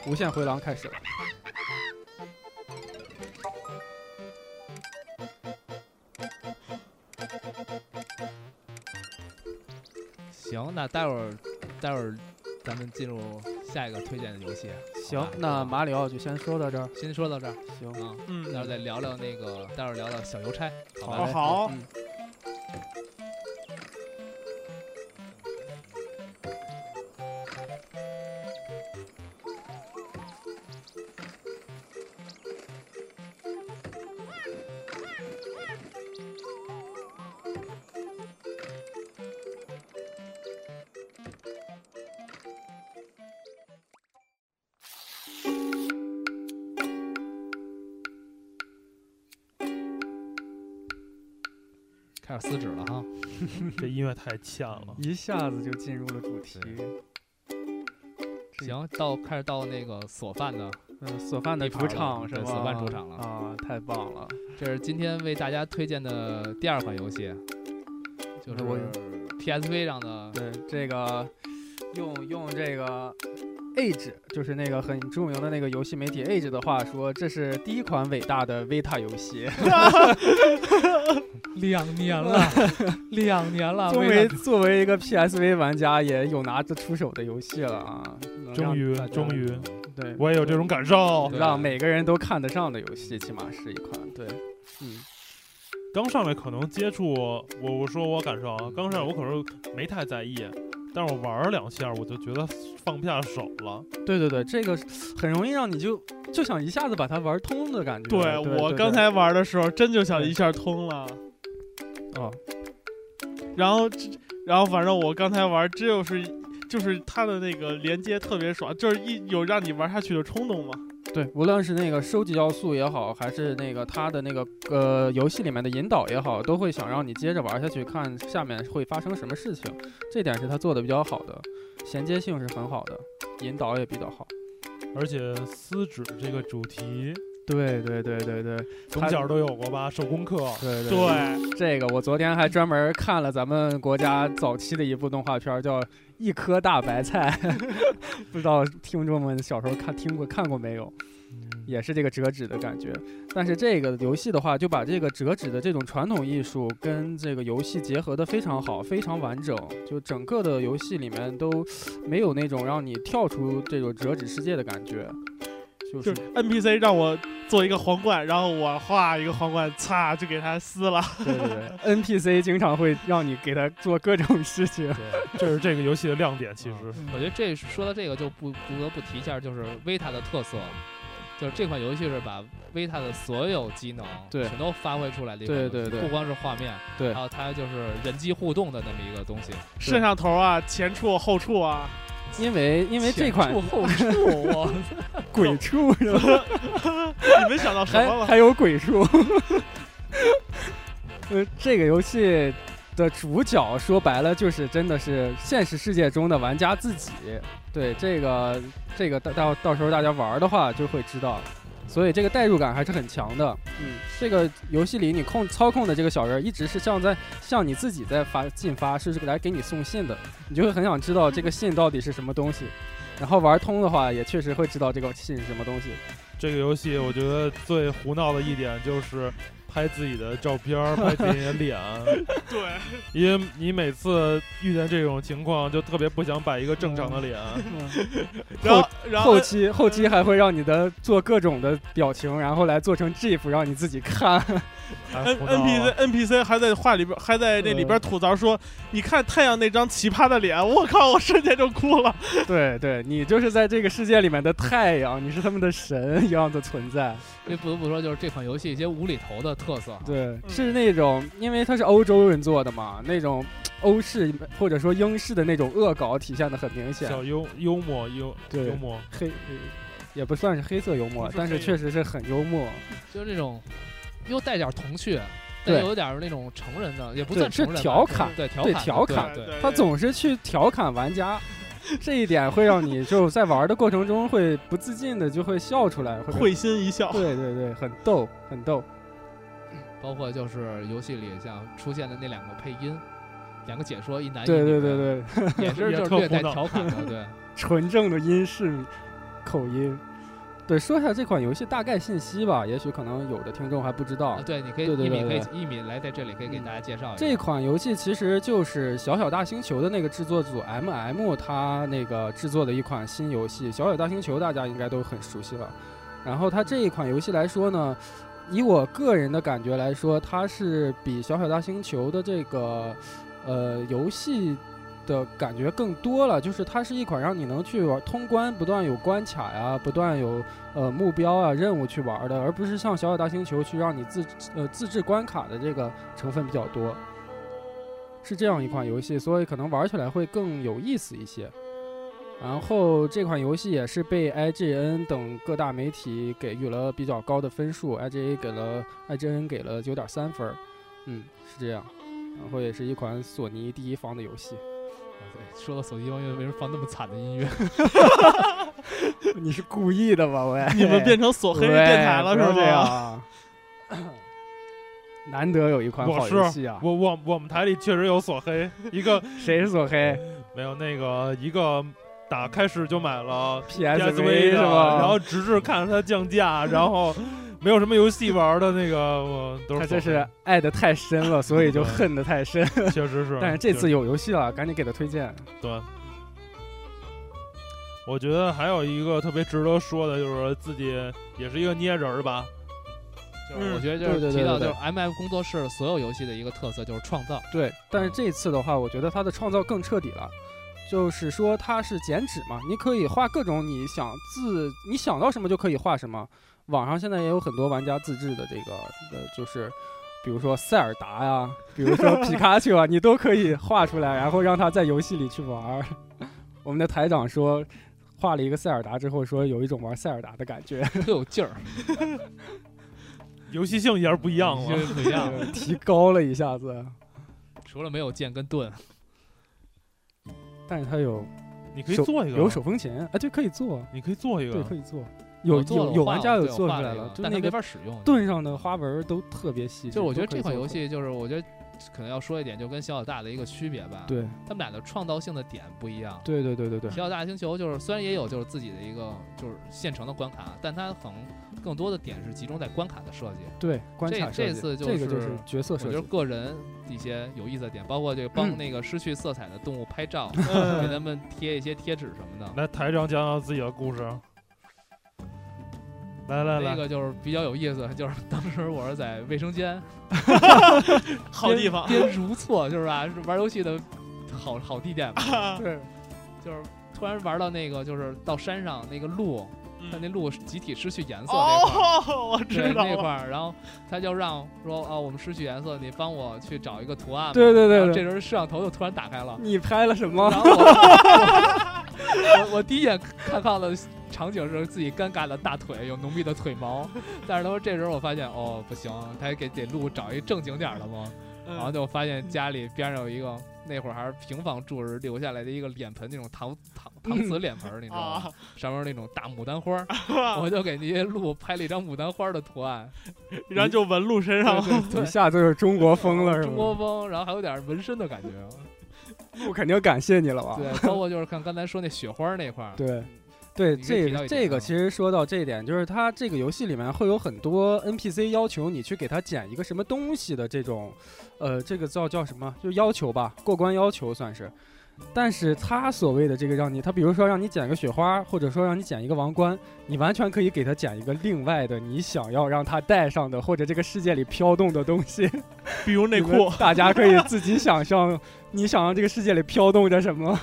D: 无限回廊开始了。
C: 行，那待会儿待会儿咱们进入下一个推荐的游戏。好
D: 行
C: 吧，
D: 那马里奥就先说到这儿。
C: 先说到这儿
D: 行，
C: 啊，待会
B: 嗯，
C: 儿再聊聊那个，待会儿聊聊小邮差，好吧？
B: 哦好，
D: 嗯
C: 开始撕纸了哈。
A: 这音乐太欠了。
D: 一下子就进入了主题。嗯
C: 行，到开始到那个索饭的
D: 嗯，索饭的
C: 地
D: 主
C: 盘了
D: 场是
C: 对
D: 吧？
C: 索饭主场了
D: 啊，太棒了！
C: 这是今天为大家推荐的第二款游戏，就是
D: 我
C: PSV 上的
D: 对这个，用用这个 Age，就是那个很著名的那个游戏媒体 Age 的话说，这是第一款伟大的 Vita 游戏，
C: 两
D: <laughs>
C: 年了，两年了，
D: 作
C: 为
D: 为
C: 了
D: 作为一个 PSV 玩家也有拿得出手的游戏了啊！能让
A: 终于
D: 大，家
A: 终于，
D: 对，
A: 我也有这种感受。
C: 对
D: 让每个人都看得上的游戏，起码是一款对，嗯，
A: 刚上来可能接触，我我说我感受啊，刚上来我可是没太在意，但是我玩了两下，我就觉得放不下手了。
D: 对对对，这个很容易让你就就想一下子把它玩通的感觉。
B: 对
D: 对
B: 我
D: 对
B: 刚
D: 对
B: 才玩的时候，真就想一下通了。
D: 哦，
B: 然后这，然后反正我刚才玩，这就是就是它的那个连接特别爽，就是一有让你玩下去的冲动嘛。
D: 对，无论是那个收集要素也好，还是那个它的那个呃游戏里面的引导也好，都会想让你接着玩下去，看下面会发生什么事情。这点是它做的比较好的，衔接性是很好的，引导也比较好。
A: 而且撕纸这个主题，
D: 对对对对对
A: 从小都有过吧，手工课。
D: 对对
B: 对，
D: 这个我昨天还专门看了咱们国家早期的一部动画片儿，叫《一颗大白菜》， <laughs> 不知道听众们小时候看听过看过没有？
A: 嗯
D: 也是这个折纸的感觉。但是这个游戏的话，就把这个折纸的这种传统艺术跟这个游戏结合的非常好，非常完整。就整个的游戏里面都没有那种让你跳出这种折纸世界的感觉，就是
B: 就是 NPC 让我做一个皇冠，然后我画一个皇冠，擦就给它撕了。
D: <laughs> 对对对，NPC 经常会让你给他做各种事情。
A: 对，嗯这是这个游戏的亮点，其
D: 啊
A: 实。
C: 我觉得这是说到这个就不不得不提一下，就是 Vita 的特色，就是这款游戏是把 Vita 的所有机能
D: 对
C: 全都发挥出来的一款游
D: 对
C: 戏，
D: 对对
C: 不光是画面，
D: 对
C: 还有它就是人机互动的那么一个东西。
B: 摄像头啊，前处后处啊，
D: 因为因为这款
C: 前处后处，我
D: 鬼畜是吧？
B: <laughs> 你们想到什么
D: 还
B: 了？
D: 还有鬼畜。 <laughs> 呃，这个游戏的主角说白了就是真的是现实世界中的玩家自己。对这个这个到到到时候大家玩儿的话就会知道，所以这个代入感还是很强的。嗯，这个游戏里你控操控的这个小人儿一直是像在像你自己在发进发，是来给你送信的，你就会很想知道这个信到底是什么东西。然后玩通的话，也确实会知道这个信是什么东西。
A: 这个游戏我觉得最胡闹的一点就是拍自己的照片儿，拍自己的脸，
B: <laughs> 对，
A: 因为你每次遇见这种情况，就特别不想摆一个正常的脸。
B: 嗯
C: 哎
B: 然后然后
D: 后期后期还会让你的做各种的表情，然后来做成 GIF 让你自己看。 <laughs>
A: 太
B: N
A: 胡闹
B: 嗯 N P C
A: 了
B: N P C 还在话里边，还在那里边吐槽说：“你看太阳那张奇葩的脸，我靠，我瞬间就哭了。
D: 对对，你就是在这个世界里面的太阳，你是他们的神一样的存在。
C: 这不得不说就是这款游戏一些无厘头的特色。，
D: 对，是那种因为它是欧洲人做的嘛，那种欧式或者说英式的那种恶搞体现的很明显。
A: 啊小幽幽默幽
D: 对
A: 幽默，
D: 黑也不算是黑色幽默
B: 不，是
D: 但是
B: 黑
D: 确实是很幽默。
C: 啊就是那种又带点童趣，但
D: 对
C: 又有点那种成人的，也不
D: 对
C: 算成
D: 是
C: 人吧，
D: 调
C: 就是
D: 侃
C: 对调
D: 对
C: 侃的
D: 调
C: 对
D: 侃
C: 对”
D: 他总是去调侃玩家。这一点会让你就在玩的过程中会不自禁的就会笑出来，会
B: 会心一笑。
D: 对对对，很逗，很逗。
C: 包括就是游戏里像出现的那两个配音，两个解说一男一女，
D: 对对对，对， <laughs>
C: 也
A: <laughs>
C: 是
A: 也
C: 就
A: 特
C: 是略带
A: 胡闹
C: 调侃的，对。
D: 纯正的英式口音。对，说一下这款游戏大概信息吧，也许可能有的听众还不知道
C: 啊，。对，你可以
D: 对对
C: 一米
D: 对
C: 可以
D: 对
C: 一米来在这里可以给
D: 嗯
C: 大家介绍一下啊
D: 这款游戏其实就是《小小大星球》的那个制作组 M M 他那个制作的一款新游戏，《小小大星球》大家应该都很熟悉了。然后它这一款游戏来说呢，以我个人的感觉来说，它是比《小小大星球》的这个呃游戏的感觉更多了，就是它是一款让你能去玩通关，不断有关卡呀，不断有呃目标啊任务去玩的，而不是像《小小大星球》去让你自呃自制关卡的这个成分比较多。是这样一款游戏，所以可能玩起来会更有意思一些。然后这款游戏也是被 IGN 等各大媒体给予了比较高的分数，IGA 给了 IGN 给了九点三分儿，嗯，是这样。然后也是一款索尼第一方的游戏。
C: 对，说到手机音乐，为什么放那么惨的音乐？
D: <laughs> 你是故意的吧？喂，
B: 你们变成索黑电台了是吗？ <laughs>
D: 吗？难得有一款
A: 我
D: 好
A: 是
D: 游戏啊！
A: 我我我们台里确实有索黑，一个
D: 谁是索
B: <laughs>
D: 黑
A: 没有那个一个打开始就买了
D: ？PSV 是
A: 的，
D: 吧？
A: 然后直至看着它降价，然后没有什么游戏玩的那个，我都
D: 他
A: 是
D: 这
A: 索
D: 是爱的太深了，所以就恨的太深。
A: 黑确实是，
D: 但是这
A: 确
D: 次有游戏了，赶紧给他推荐。
A: 对，我觉得还有一个特别值得说的，就是自己也是一个捏人儿吧，
C: 我
B: 嗯，
C: 觉得
D: 对
C: 就
D: 对
C: 是提
D: 对
C: 到就
D: 对
C: 是 M M 工作室所有游戏的一个特色就是创造，
D: 对，但是这次的话，我觉得它的创造更彻底了，就是说它是剪纸嘛，你可以画各种你想自你想到什么就可以画什么。网上现在也有很多玩家自制的这个呃，就是比如说塞尔达呀、比如说皮卡丘啊，你都可以画出来，然后让它在游戏里去玩儿。 <laughs> 我们的台长说。画了一个塞尔达之后，说有一种玩塞尔达的感觉，
C: 特有劲儿，
A: 游戏性也是不一样了。
C: 就是不一样了。
D: <laughs> 提高了一下子。
C: 除了没有剑跟盾，
D: 但是它有
A: <laughs> 你可以
D: 手
A: 做一个，啊
D: 有手风琴，哎，对，可以做。
A: 你可以做一
D: 对，
A: 个啊
D: 可，以做。
C: 我
D: 有
C: 做了
D: 有
C: 我
D: 有
C: 画
D: 玩
C: 了
D: 家有
C: 对我
D: 做
C: 画
D: 出来
C: 一个
D: 了，就
C: 但它
D: 那
C: 没
D: 个
C: 法使用。
D: 盾上的花纹都特别细致。
C: 就是我觉得
D: 都可以
C: 这款
D: 做
C: 游
D: 出来
C: 戏，就是我觉得可能要说一点，就跟小老大的一个区别吧。，
D: 对
C: 他们俩的创造性的点不一样。
D: 对对对对对
C: 小老大星球就是虽然也有就是自己的一个就是现成的关卡，啊但它可能更多的点是集中在关卡的设计。
D: 对，关
C: 这
D: 卡设
C: 这
D: 计
C: 次就
D: 这个就是是角色
C: 我觉
D: 设
C: 得
D: 计，
C: 个人一些有意思的点，包括这个帮
D: 嗯
C: 那个失去色彩的动物拍照，给他
B: 嗯，
C: 们贴一些贴纸什么的。
A: 来台长讲讲自己的故事。啊来来
C: 那
A: 来，
C: 个就是比较有意思，就是当时我是在卫生间，
B: 好地方，
C: 边如厕，就是吧，是玩游戏的好好地点吧，
D: 对，
C: 就是突然玩到那个，就是到山上那个路，它那
B: 嗯
C: 路集体失去颜色那块儿。
B: 哦，我
C: 对
B: 知道
C: 那
B: 了
C: 块，儿，然后他就让说啊，我们失去颜色，你帮我去找一个图案吧。
D: 对对对
C: 然后
D: 对
C: 这时候摄像头就突然打开了，
D: 你拍了什
C: <laughs>
D: 么？
C: 然后我我我第一眼看到的场景是自己尴尬的大腿有浓密的腿毛，但是他说这时候我发现哦不行，他还给给路找一正经点儿的嘛，然后
B: 嗯
C: 就发现家里边上有一个那会儿还是平房住时留下来的一个脸盆，那种搪搪搪
D: 嗯
C: 瓷脸盆儿，你知道
D: 哦
C: 吗
B: 啊？，
C: 上面那种大牡丹花儿，
D: <laughs>
C: 我就给那些鹿拍了一张牡丹花儿的图案，
B: 然后就纹路身上，
C: 对对
D: 一下就是中国风了，
C: 对，
D: 是
C: 中国
D: 吗？
C: 风，然后还有点纹身的感觉。啊
D: 我肯定感谢你了啊吧？
C: 对，包括就是看刚才说那雪花儿那块儿，
D: 对。对
C: 你可以
D: 这
C: 提到
D: 个
C: 嗯一
D: 这
C: 点
D: 个，
C: 啊
D: 其实说到这一点，就是它这个游戏里面会有很多 NPC 要求你去给他捡一个什么东西的这种，呃，这个叫叫什么？就要求吧，过关要求算是。但是他所谓的这个让你，他比如说让你捡个雪花，或者说让你捡一个王冠，你完全可以给他捡一个另外的你想要让他带上的，或者这个世界里飘动的东西。
B: 比如内
D: 你们
B: 裤，
D: 大家可以自
B: <laughs>
D: 己想象，你想让这个世界里飘动着什么，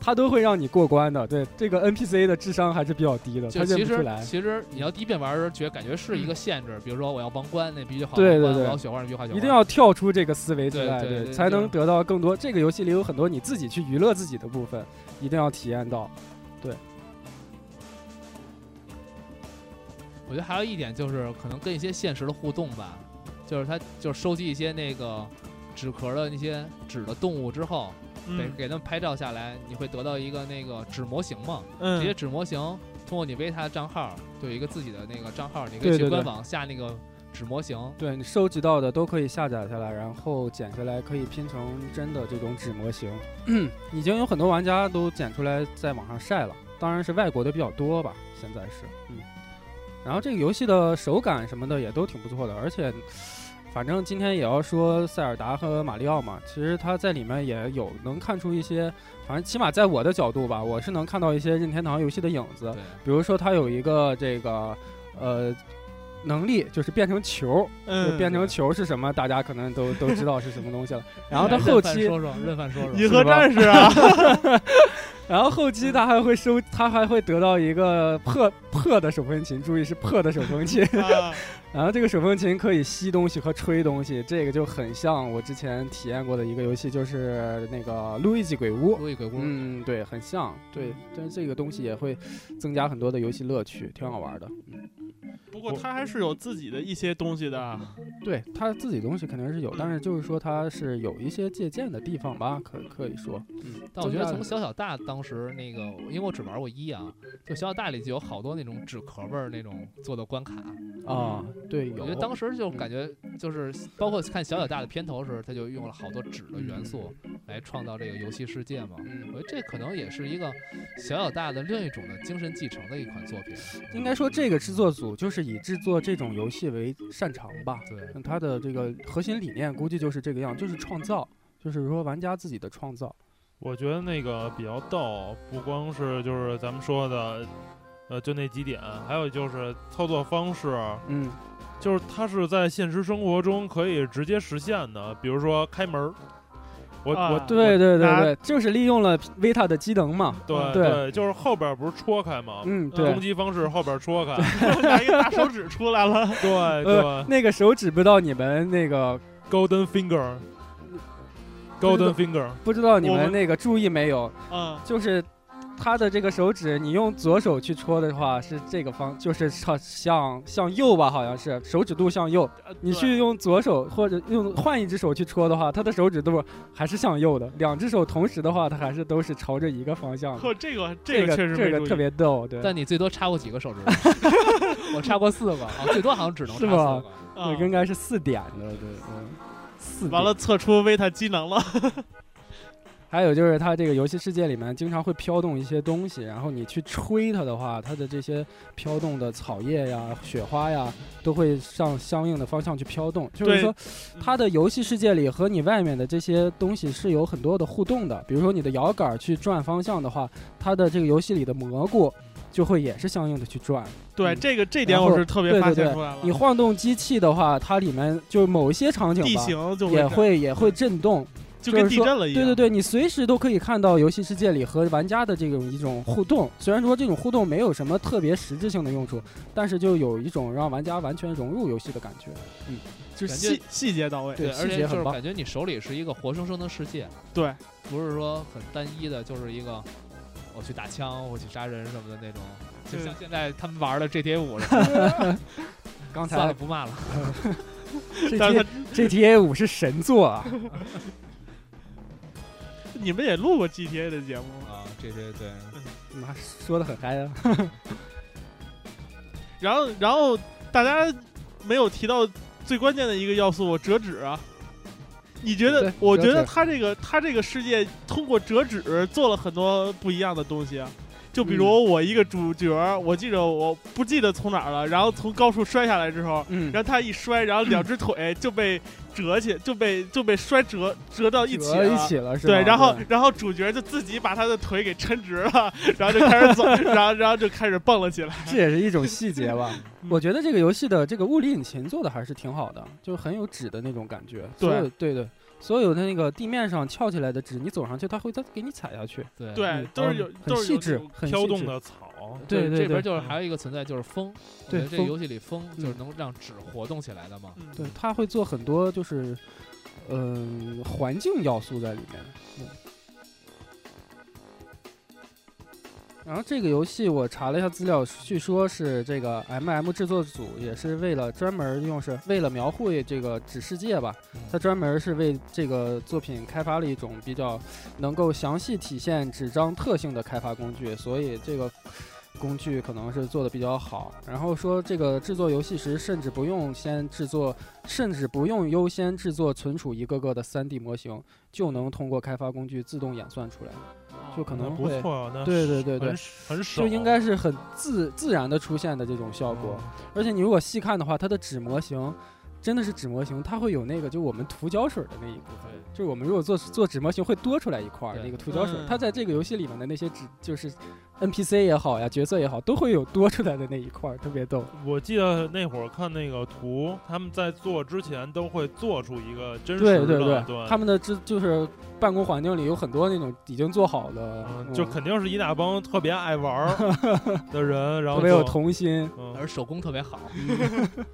D: 他都会让你过关的。对，这个 NPC 的智商还是比较低的，他
C: 就
D: 认
C: 其
D: 不出
C: 实
D: 来。嗯
C: 其实你要第一遍玩儿的时候，觉得感觉是一个限制，比如说我要王冠，那必须画
D: 对对
C: 王冠；我
D: 对
C: 要雪花，那必须画雪花。
D: 一定要跳出这个思维之
C: 对
D: 外，
C: 对对
D: 才
C: 就
D: 能得到更多。这个游戏里有很多你自己去娱乐自己的部分，一定要体验到。
C: 我觉得还有一点就是，可能跟一些现实的互动吧，就是他就是收集一些那个纸壳的那些纸的动物之后，给
B: 嗯
C: 给他们拍照下来，你会得到一个那个纸模型嘛？这些
B: 嗯，
C: 纸模型通过你维他的账号，就有一个自己的那个账号，你可
D: 对
C: 以去
D: 对
C: 官
D: 对
C: 网下那个纸模型。
D: 对你收集到的都可以下载下来，然后剪下来可以拼成真的这种纸模型。 <clears throat> 已经有很多玩家都剪出来在网上晒了，当然是外国的比较多吧，现在是嗯。然后这个游戏的手感什么的也都挺不错的，而且反正今天也要说塞尔达和马里奥嘛，其实它在里面也有能看出一些，反正起码在我的角度吧，我是能看到一些任天堂游戏的影子。
C: 对，
D: 比如说它有一个这个呃能力，就是变成球，就
B: 嗯，
D: 变成球是什么，大家可能都都知道是什么东西了。然后它后
C: 任范
D: 期，
C: 嗯说说，任范说
B: 银
C: 说，
B: 河战士啊，
D: <laughs> 然后后期它还会收，它还会得到一个破破的手风琴，注意是破的手风琴。 <laughs>
B: <laughs> 啊
D: 然后这个手风琴可以吸东西和吹东西，这个就很像我之前体验过的一个游戏，就是那个《路易吉鬼屋》。
C: 路易鬼屋。
D: 嗯，对，很像，对，但是这个东西也会增加很多的游戏乐趣，挺好玩的。嗯 <laughs>
B: 不过他还是有自己的一些东西的啊，
D: 对他自己东西肯定是有
B: 嗯，
D: 但是就是说他是有一些借鉴的地方吧，可可以说，嗯，
C: 但我觉
D: 增
C: 得
D: 加
C: 从
D: 了
C: 小小大当时那个，因为我只玩过一啊，就小小大里就有好多那种纸壳味儿那种做的关卡，
D: 啊，对，有
C: 我觉得当时就
D: 嗯
C: 感觉就是包括看小小大的片头时，他就用了好多纸的元素来创造这个游戏世界嘛。
D: 嗯
C: 我觉得这可能也是一个小小大的另一种的精神继承的一款作品。
D: 应该说这个制作组就是以制作这种游戏为擅长吧，
C: 对，
D: <laughs> 那它的这个核心理念估计就是这个样，就是创造，就是说玩家自己的创造。
A: 我觉得那个比较逗，不光是就是咱们说的，呃，就那几点，还有就是操作方式，
D: 嗯，
C: 啊
A: 就是它是在现实生活中可以直接实现的，比如说开门儿，我、
B: 啊
A: 我
D: 对对对
B: 拿
D: 对，就是利用了 Vita 的机能嘛。
A: 嗯对
D: 对
A: 就是后边儿不是戳开
C: 哦
A: 吗？
D: 嗯，
A: 攻
D: 对。
A: 击方式后边儿戳开，
B: 拿一个大手指出来 <laughs> 了，
A: 对
D: 呃
A: 对，
D: 那个手指不知道你们那个
A: ，Golden Finger，Golden Finger，
D: 不知道你
B: 我们
D: 们那个注意没有，
B: 嗯，
D: 就是他的这个手指，你用左手去戳的话是这个方，就是向向向右吧，好像是手指肚向右。
B: 呃
D: <laughs> 你
B: 对
D: 去用左手或者用换一只手去戳的话，他的手指肚还是向右的，两只手同时的话，它还是都是朝着一个方向的。
B: 呵，这个
D: 这
B: 这个确实
D: 这
B: 没
D: 个
B: 注意
D: 特别逗，对。
C: 但你最多插过几个手指？我插过四个啊，最多好像只能插
D: 是
C: 四
D: 吧
C: 个。
B: 啊
D: 我应该是四点的，对，嗯，四点
B: 完了，。测出 Vita 机能
D: <laughs>
B: 了，
D: 还有就是它这个游戏世界里面经常会飘动一些东西，然后你去吹它的话，它的这些飘动的草叶呀、雪花呀，都会向相应的方向去飘动。就是
B: 对嗯
D: 说，它的游戏世界里和你外面的这些东西是有很多的互动的。比如说你的摇杆去转方向的话，它的这个游戏里的蘑菇就会也是相应的去转。
B: 对
D: 嗯
B: 这个这点
D: 然后
B: 我是特别
D: 对
B: 发
D: 对
B: 现
D: 对
B: 出来了，
D: 你晃动机器的话，它里面就某一些场景
B: 地
D: 吧，
B: 形就
D: 也
B: 会
D: 会也会震动。
B: 就
D: 就
B: 跟
D: 是
B: 地
D: 说
B: 震了一样，
D: 对对对，你随时都可以看到游戏世界里和玩家的这种一种互动。虽然说这种互动没有什么特别实质性的用处，但是就有一种让玩家完全融入游戏的感觉。嗯，
B: 就
C: 感
B: 是
C: 觉
B: 细细节到位，
D: 对
C: 而
D: 细
C: 且
D: 节
C: 就
D: 很
C: 是
D: 棒
C: 感觉你手里是一个活生生的世界，
B: 对，
C: 不是说很单一的，就是一个我去打枪，我去杀人什么的那种，就
B: 对
C: 像现在他们玩的
D: <laughs>
C: GTA 五了。
D: 刚
C: 算了，
D: 才
C: 不骂了。
B: 但是 <laughs>
D: GTA
B: 他
D: GTA 五是神作啊，
B: 你们也录过 GTA 的节目吗，
C: 啊，这些对，
D: 妈说的很嗨
B: <laughs>
D: 啊。
B: 然后然后大家没有提到最关键的一个要素，折纸啊。你觉得
D: 对？
B: 我觉
D: 折
B: 得
D: 纸
B: 他这个他这个世界通过折纸做了很多不一样的东西啊，就比如
D: 嗯
B: 我一个主角，我记着我不记得从哪儿了，然后从高处摔下来之后，
D: 嗯，
B: 然后他一摔，然后两只腿就被折起，就被就被摔折折到一起
D: 折
B: 了。
D: 一起了是吧？
B: 对，然后然后主角就自己把他的腿给抻直了， <laughs> 然后就开始走，然后然后就开始蹦了起来。
D: 这也是一种细节
B: <laughs>
D: 吧
B: 嗯。
D: 我觉得这个游戏的这个物理引擎做的还是挺好的，就很有纸的那种感觉。
B: 对
D: 所有对对，所有的那个地面上翘起来的纸，你走上去，它会再给你踩下去。
C: 对
B: 对
D: 嗯，
B: 都是
D: 嗯
B: 有
D: 很
B: 都是
D: 细
B: 有
D: 致，很细
A: 飘动
D: 致。
A: 的草，
D: 对对
C: 这
D: 对
C: 边
D: 嗯
C: 就是还有一个存在就是风，我觉
D: 对
C: 得这个
D: 风嗯
C: 游戏里风就是能让纸活动起来的嘛。
B: 嗯
D: 对，它会做很多就是，嗯、环境要素在里面。嗯然后这个游戏我查了一下资料，据说是这个 MM 制作组也是为了专门用是为了描绘这个纸世界吧，
C: 嗯
D: 它专门是为这个作品开发了一种比较能够详细体现纸张特性的开发工具，所以这个工具可能是做的比较好。然后说这个制作游戏时，甚至不用先制作，甚至不用优先制作存储一个个的 3D 模型，就能通过开发工具自动演算出来，就可
A: 那
D: 能
A: 哦不
D: 会。
A: 错，啊那
D: 对对对对
A: 很，很少，
D: 就应该是很自自然的出现的这种效果。而且你如果细看的话，它的纸模型真的是纸模型，它会有那个就我们涂胶水的那一部分，就是我们如果做做纸模型会多出来一块儿
C: 对
D: 那个涂胶水
B: 嗯，
D: 它在这个游戏里面的那些纸就是 NPC 也好呀，角色也好，都会有多出来的那一块儿，特别逗。
A: 嗯我记得那会儿看那个图，他们在做之前都会做出一个真实
D: 对
A: 的，
D: 对
A: 对，
D: 他们的这就是办公环境里有很多那种已经做好的，
A: 嗯，
D: 嗯
A: 就肯定是一大帮特别爱玩儿
D: <laughs>
A: 的人，然
D: 特
A: 后
D: 别有
A: 就，
D: 童心，
A: 嗯，
C: 而手工特别好，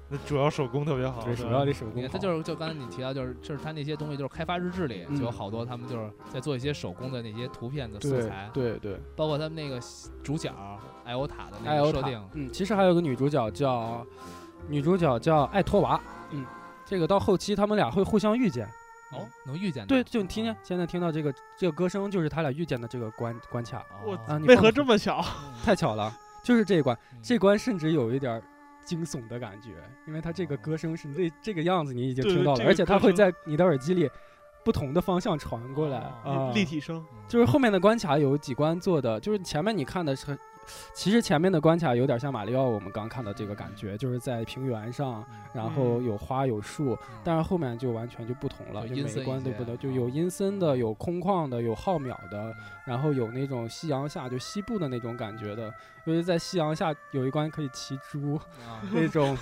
A: 那主要手工特别好，
D: 对，主要
A: 对
D: 这手
C: 你
D: 工
C: 看
D: 好，
C: 他就是就刚才你提到就是就是他那些东西就是开发日志里就有
D: 嗯
C: 好多他们就是在做一些手工的那些图片的素
D: 对
C: 材，
D: 对对。
C: 包括他们那个主角艾欧塔的
D: 艾
C: 那
D: 欧
C: 个
D: 塔
C: 设定，
D: 嗯，其实还有个女主角叫女主角叫艾托娃，嗯，这个到后期他们俩会互相遇见。
C: 哦，能遇见
D: 嗯
C: 的
D: 对，就
B: 嗯
D: 你听见现在听到这个这个歌声，就是他俩遇见的这个关关卡
B: 我
C: 哦
D: 啊。你
B: 为
D: 放
B: 何
D: 不
B: 这么巧？
D: 太巧了？就是这一关，
C: 嗯
D: 这关甚至有一点儿惊悚的感觉，因为它这个歌声是这这个样子，你已经
B: 哦对
D: 听到
B: 这
D: 了，
B: 个
D: 而且
B: 歌
D: 它会
B: 声
D: 在你的耳机里不同的方向传过来啊
C: 哦，
B: <laughs> 立体声，
D: 就是后面的关卡有几关做的，就是前面你看的是很，其实前面的关卡有点像马里奥我们刚看到这个感觉，就是在平原上，然后有花有树，但是后面就完全就不同了，嗯
C: 就
D: 嗯就
C: 阴
D: 每
C: 森
D: 一
C: 一
D: 关都
C: 些
D: 不同，就有阴森的，有空旷的，有浩渺的
C: 嗯，
D: 然后有那种夕阳下就西部的那种感觉的，尤其在夕阳下有一关可以骑猪
C: 啊 <laughs>
D: 那 <laughs> 种，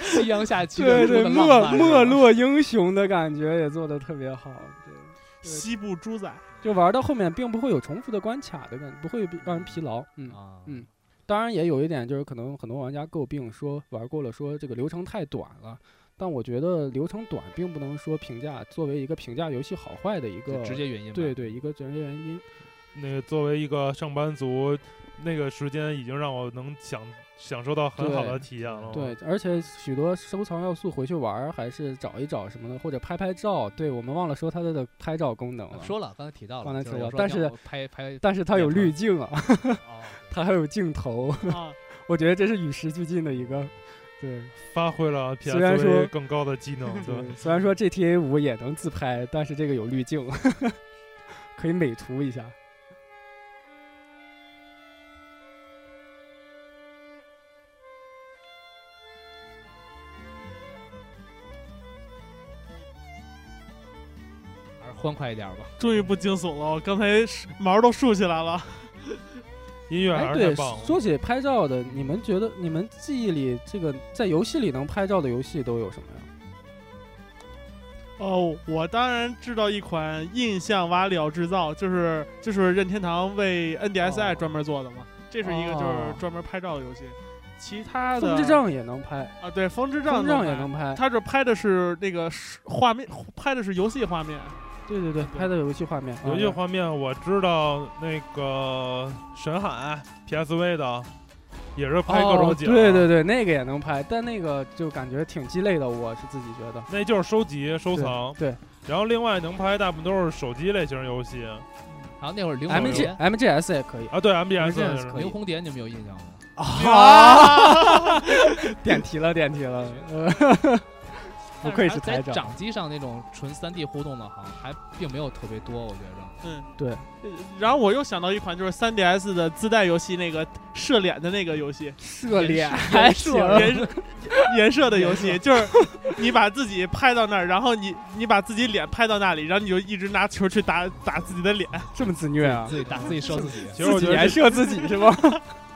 C: 夕阳下骑
D: 对
C: 着猪
D: 对，
C: 的
D: 没
C: 浪漫是吧
D: 没 <laughs> 落英雄的感觉也做的特别好，对。
B: 西部猪仔，
D: 就玩到后面并不会有重复的关卡的感觉，不会比让人疲劳。嗯，
C: 啊，
D: 嗯当然也有一点就是可能很多玩家诟病说玩过了说这个流程太短了，但我觉得流程短并不能说评价作为一个评价游戏好坏的一
C: 就
D: 个
C: 直接原因吧
D: 对对一个直接原因。
A: 那个作为一个上班族，那个时间已经让我能享享受到很好的体验了。
D: 对，而且许多收藏要素回去玩儿还是找一找什么的，或者拍拍照。对我们忘了说它的拍照功能
C: 啊
D: 了，
C: 说了，刚才提到了，
D: 刚才
C: 就是
D: 提到
C: 我说
D: 但
C: 要
D: 是
C: 我拍拍
D: 但是它有
C: 也成
D: 滤镜啊， <laughs>
C: 哦
D: 它还有镜头，
B: 啊，
D: <laughs> 我觉得这是与时俱进的一个。对，
A: 发挥了
D: 虽然说
A: PSV 更高的技能。对，
D: <laughs> 对，虽然说 GTA 五也能自拍，但是这个有滤镜， <laughs> 可以美图一下。
C: 还是欢快一点吧。
B: 终于不惊悚了，我刚才是毛都竖起来了。
A: 音乐
D: 哎，
A: 还是
D: 对
A: 太棒，了。
D: 说起拍照的，你们觉得你们记忆里这个在游戏里能拍照的游戏都有什么呀？
B: 哦，我当然知道一款印象瓦里奥制造，就是就是任天堂为 NDSI
C: 哦
B: 专门做的嘛，这是一个就是
D: 哦
B: 专门拍照的游戏。其他的
D: 风之杖也能拍，
B: 啊，对，风之杖
D: 风之杖也
B: 拍
D: 能拍。
B: 他这拍的是那个是画面，拍的是游戏画面。
D: 对对对，拍的游戏画面，
A: 游戏
D: 啊
A: 画面我知道，那个沈海 PSV 的也是拍各种
D: 哦
A: 景，啊
D: 对对，对，那个也能拍，但那个就感觉挺鸡肋的，我是自己觉得。
A: 那就是收集收藏。
D: 对
A: 然后另外能拍大部分都是手机类型游戏
C: 然后那会儿灵红
D: ，M G
C: 蝶，
D: M G S 也可以
A: <laughs> 啊，对 MBS
D: 这样
A: 也是
D: 可以
C: 灵红蝶你们有印象吗？
D: 点题了，点题了， <laughs> 呃不愧是
C: 在
D: 台长。
C: 掌机上那种纯 3D 互动的，好像还并没有特别多，我觉着。
B: 嗯，
D: 对。
B: 然后我又想到一款就是 3DS 的自带游戏，那个射脸的那个游戏，
D: 射脸
B: <laughs>
D: 还
C: 还
D: 行
C: 行，
B: 颜射颜哎射的游戏，就是你把自己拍到那儿，然后你你把自己脸拍到那里，然后你就一直拿球去打打自己的脸。
D: 这么自虐啊
C: 自！己打自己射自己。
A: 其实我觉得这
D: 还射自己是吧？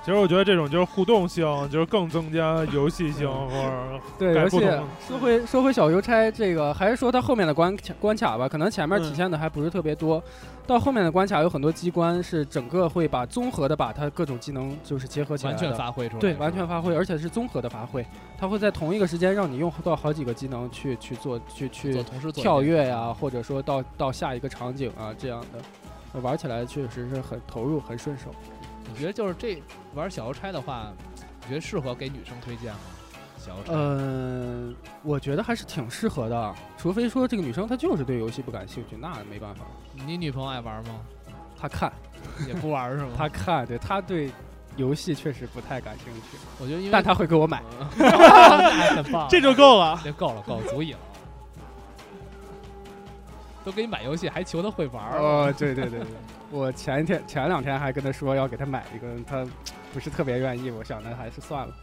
A: 其实我觉得这种就是互动性，就是更增加游戏性或者
D: <laughs> 对，
A: 改
D: 而
A: 不
D: 且
A: 同
D: 说回说回小邮差这个，还是说他后面的关卡关卡吧，可能前面体现的还不是特别多，到后面的关卡有很多机关是整个会把综合的把它各种技能就是结合起来
C: 完全
D: 的
C: 发挥出来，
D: 对，完全发挥，而且是综合的发挥，它会在同一个时间让你用到好几个技能去去做去
C: 做
D: 去
C: 同时做
D: 跳跃呀、
C: 啊，
D: 或者说到到下一个场景啊这样的，呃玩起来确实是很投入，很顺手。
C: 你觉得就是这玩小邮差的话，你觉得适合给女生推荐吗？小邮差，
D: 嗯，我觉得还是挺适合的，除非说这个女生她就是对游戏不感兴趣，那没办法。
C: 你女朋友爱玩吗？
D: <laughs> 她看，
C: 也不玩是吗？
D: 她看，对她对游戏确实不太感兴趣，
C: 我觉得因为 <laughs>
D: 但她哎会给我买。
C: 那还很棒，
B: 这就够了。
C: 这够了，够了足以了。都给你买游戏，还求他会玩儿，
D: 哦，对对对对，我前一天前两天还跟她说要给她买一个，她不是特别愿意，我想那还是算了。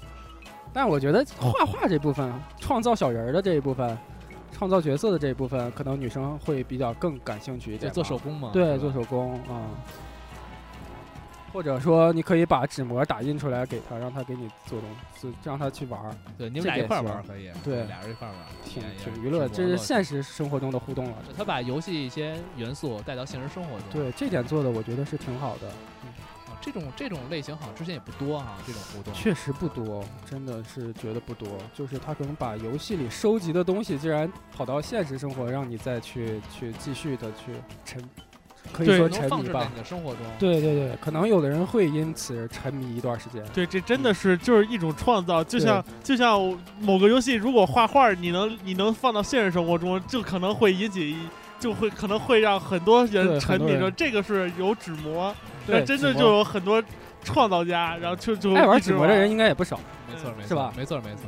D: 但我觉得画画这部分，创造小人儿的这一部分，创造角色的这一部分，可能女生会比较更感兴趣一
C: 就
D: 点吧。
C: 做手工嘛。
D: 对，
C: 是吧
D: 做手工啊、嗯或者说你可以把纸模打印出来给他，让他给你做东西，让他去玩儿，
C: 对，你们俩一块儿玩儿
D: 这
C: 可以，
D: 对
C: 俩人一块儿玩儿，
D: 挺
C: 也
D: 挺娱乐，
C: 哎挺
D: 这是
C: 的
D: 现实生活中的互动了。
C: 就他把游戏一些元素带到现实生活中。
D: 对，这点做的我觉得是挺好的，
C: 啊，这种这种类型好像之前也不多哈，这种活动。
D: 确实不多，真的是觉得不多。就是他可能把游戏里收集的东西，竟然跑到现实生活，让你再去去继续的去沉可以
B: 对
D: 说
C: 能
D: 沉
C: 放
D: 迷
C: 置在
D: 吧
C: 你。的生活中。
D: 对对对，可能有的人会因此而沉迷一段时间。
B: 对，这真的是就是一种创造，就像就像某个游戏，如果画画，你能你能放到现实生活中，就可能会引起，就会可能会让很多人
D: 对
B: 沉
D: 很多
B: 迷
D: 人
B: 着。这个是有纸模，那
D: 对，
B: 真
D: 纸
B: 的
D: 模
B: 就有很多创造家，然后就就
D: 爱玩
B: 一直
D: 纸模的人应该也不少，
C: 没错，没错，
D: 是吧
C: 没错，没错。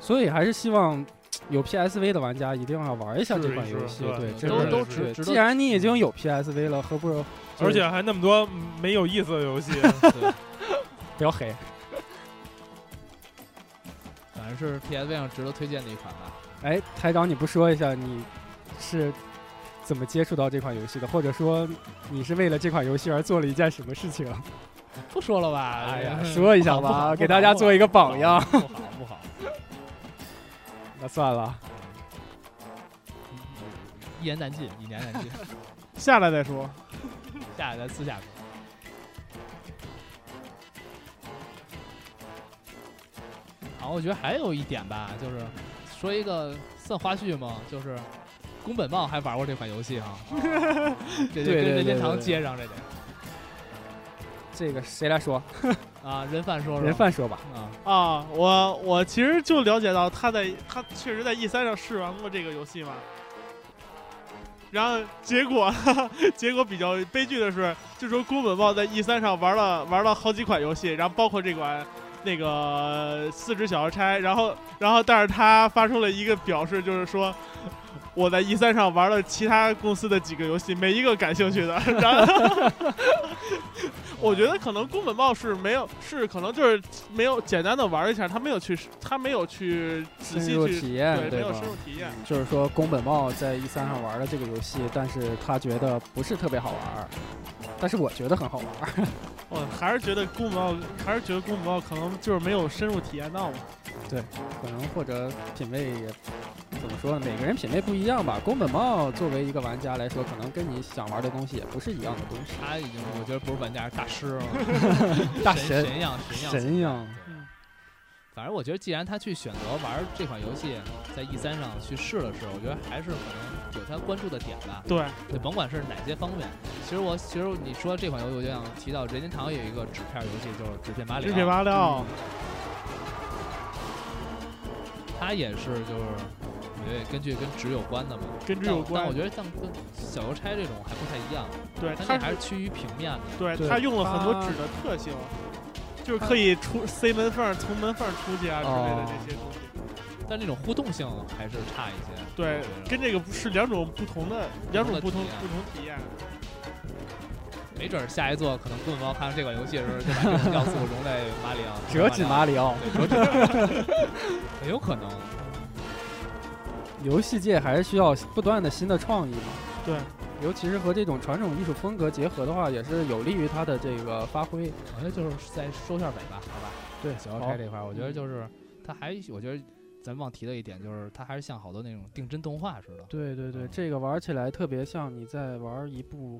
D: 所以还是希望有 PSV 的玩家一定要玩一下这款
A: 试一试
D: 游戏。
A: 对都是
D: 对，这
C: 都
D: 个
C: 都
A: 是
C: 值值
D: 既
C: 得，
D: 然你已经有 PSV 了，何不
A: 而且还那么多没有意思的
C: <laughs>
A: 游戏，
C: 对
D: 不要黑？
C: 反正是 PSV 上值得推荐的一款吧。
D: 哎，台长，你不说一下你是怎么接触到这款游戏的，或者说你是为了这款游戏而做了一件什么事情？
C: 不说了吧，
D: 哎呀
C: 嗯
D: 说一下
C: 不
D: 吧
C: 好不好
D: 给大家做一个榜样
C: 不好不好不好，
D: <laughs> 那算了，
C: 一言难尽，一言难尽，
B: 下来再说。
C: 下来咱私下说。啊，我觉得还有一点吧，就是说一个算花絮嘛，就是宫本茂还玩过这款游戏哈、啊
D: <laughs> 对
C: 这就
D: 对
C: 跟任
D: 对
C: 天
D: 对
C: 堂
D: 对
C: 接上这得
D: 这个谁来说？
C: 啊，人贩说说
D: 人贩说吧。
C: 啊，
B: 啊，我我其实就了解到他在他确实在 E 三上试玩过这个游戏嘛，然后结果结果比较悲剧的是，就说宫本茂在 E 三上玩了玩了好几款游戏，然后包括这款那个四只小差，然后然后但是他发出了一个表示，就是说。我在 E 三上玩了其他公司的几个游戏，没一个感兴趣的。然后 <laughs> 我觉得可能宫本茂是没有，是可能就是没有简单的玩一下，他没有去，他没有去仔
D: 深
B: 细
D: 入
B: 去
D: 体验
B: 对，没
D: 对
B: 有
D: 吧
B: 深入体验。
D: 就是说，宫本茂在 E 三上玩了这个游戏，但是他觉得不是特别好玩儿，但是我觉得很好玩儿。
B: 我哦还是觉得宫本茂，还是觉得宫本茂可能就是没有深入体验到嘛。
D: 可能或者品味也怎么说呢？每个人品味不一样吧。宫本茂作为一个玩家来说，可能跟你想玩的东西也不是一样的东西。
C: 他已经我觉得不是玩家，是大师了，
D: <laughs> 大
C: 神
D: 神
C: 神样神样嗯
D: 神一样，
C: 反正我觉得，既然他去选择玩这款游戏，在 E 三上去试了试，我觉得还是可能有他关注的点吧。
B: 对，
C: 就甭管是哪些方面，其实我其实你说这款游戏，我就想提到任天堂有一个纸片游戏，就是《纸片马里
B: 日
C: 奥
B: 铁》，八料，
C: 它也是就是我觉得也根据跟纸有关的嘛。
B: 跟这
C: 但
B: 有
C: 我但
B: 关
C: 我。觉得像跟小邮差这种还不太一样，
B: 对，
C: 它
B: 他
C: 这还是趋于平面的。
B: 对
D: 对
B: 他用了很多纸的特性，就是可以出塞门缝儿，从门缝儿出去啊之类的
D: 哦
B: 这些东西。
C: 但这种互动性还是差一些。
B: 对，跟这个不是两种不同的，两种不同不
C: 不
B: 同体验。
C: 没准儿下一座可能更高看这款游戏的时候，就把这种要素融在马里奥
D: 折纸马里奥，
C: 对，折纸，很有可能。
D: 游戏界还是需要不断的新的创意嘛。
B: 对，
D: 尤其是和这种传统艺术风格结合的话，也是有利于它的这个发挥。
C: 我觉得就是在收下尾吧，好吧。
D: 对
C: 小
D: 好
C: 开这块儿，我觉得就是它还，我觉得咱忘提的一点就是它还是像好多那种定帧动画似的。嗯
D: 对对对，这个玩起来特别像你在玩一部，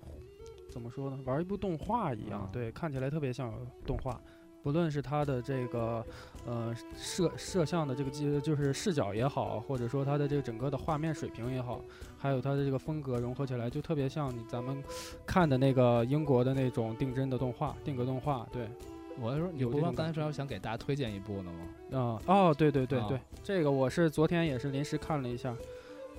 D: 怎么说呢？玩一部动画一样
C: 嗯，
D: 对，看起来特别像动画。不论是它的这个呃摄摄像的这个机，就是视角也好，或者说它的这个整个的画面水平也好，还有它的这个风格融合起来，就特别像你咱们看的那个英国的那种定帧的动画，定格动画。对，
C: 我就说你
D: 有
C: 不
D: 这
C: 光
D: 种
C: 刚才
D: 感
C: 说想给大家推荐一部呢
D: 啊、
C: 吗？
D: 哦，对对对
C: 啊
D: 对，这个我是昨天也是临时看了一下，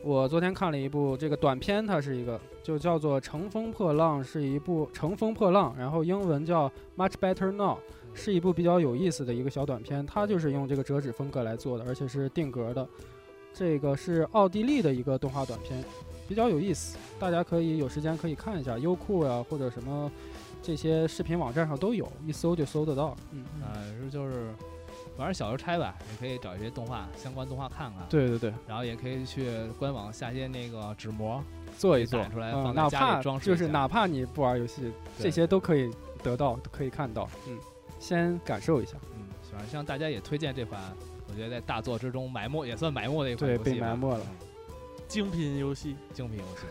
D: 我昨天看了一部这个短片，它是一个就叫做《乘风破浪》，是一部《乘风破浪》，然后英文叫《Much Better Now》，是一
C: 嗯
D: 部比较有意思的一个小短片，它就是用这个折纸风格来做的，而且是定格的。这个是奥地利的一个动画短片，比较有意思，大家可以有时间可以看一下，优酷呀、或者什么这些视频网站上都有，一搜就搜得到。嗯，
C: 啊，是就是玩儿小邮差吧，也可以找一些动画相关动画看看，
D: 对对对。
C: 然后也可以去官网下一些那个纸模，
D: 做一
C: 给
D: 做
C: 打出来
D: 嗯
C: 放在
D: 哪
C: 家里
D: 怕
C: 装饰
D: 就
C: 一
D: 是
C: 下
D: 哪怕你不玩游戏，
C: 对
D: 这些都可以得到，都可以看到，嗯，先感受一下，
C: 嗯，反正向大家也推荐这款，我觉得在大作之中埋没也算埋没的一款
D: 对
C: 游戏
D: 被
C: 吧
D: 埋没了，
C: 嗯
B: 精品游戏，
C: 精品游戏。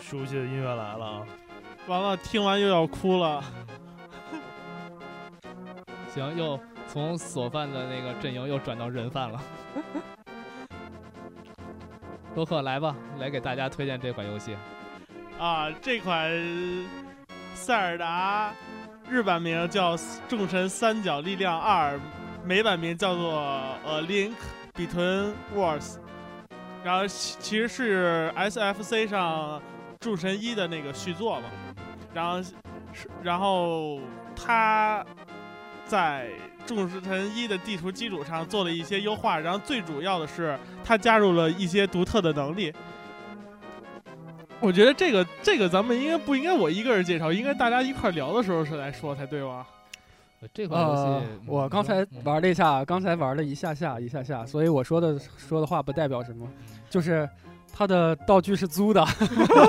A: 熟悉的音乐来了啊！
B: 完了，听完又要哭了。
C: 行，又从索饭的那个阵营又转到人贩了。 <laughs> 洛克来吧，来给大家推荐这款游戏。
B: 啊，这款塞尔达日版名叫《众神三角力量二》，美版名叫做呃《Link Between Worlds》，然后其其实是 SFC 上《众神一》的那个续作嘛，然后是然后它在《众神一》的地图基础上做了一些优化，然后最主要的是它加入了一些独特的能力。我觉得这个这个咱们应该不应该我一个人介绍，应该大家一块儿聊的时候是来说才对吧？
C: 呃这款游戏，
D: 呃，我
C: 嗯
D: 刚才
C: 嗯
D: 玩了一下，刚才玩了一下下一下下，所以我说的说的话不代表什么，就是它的道具是租的，
C: 嗯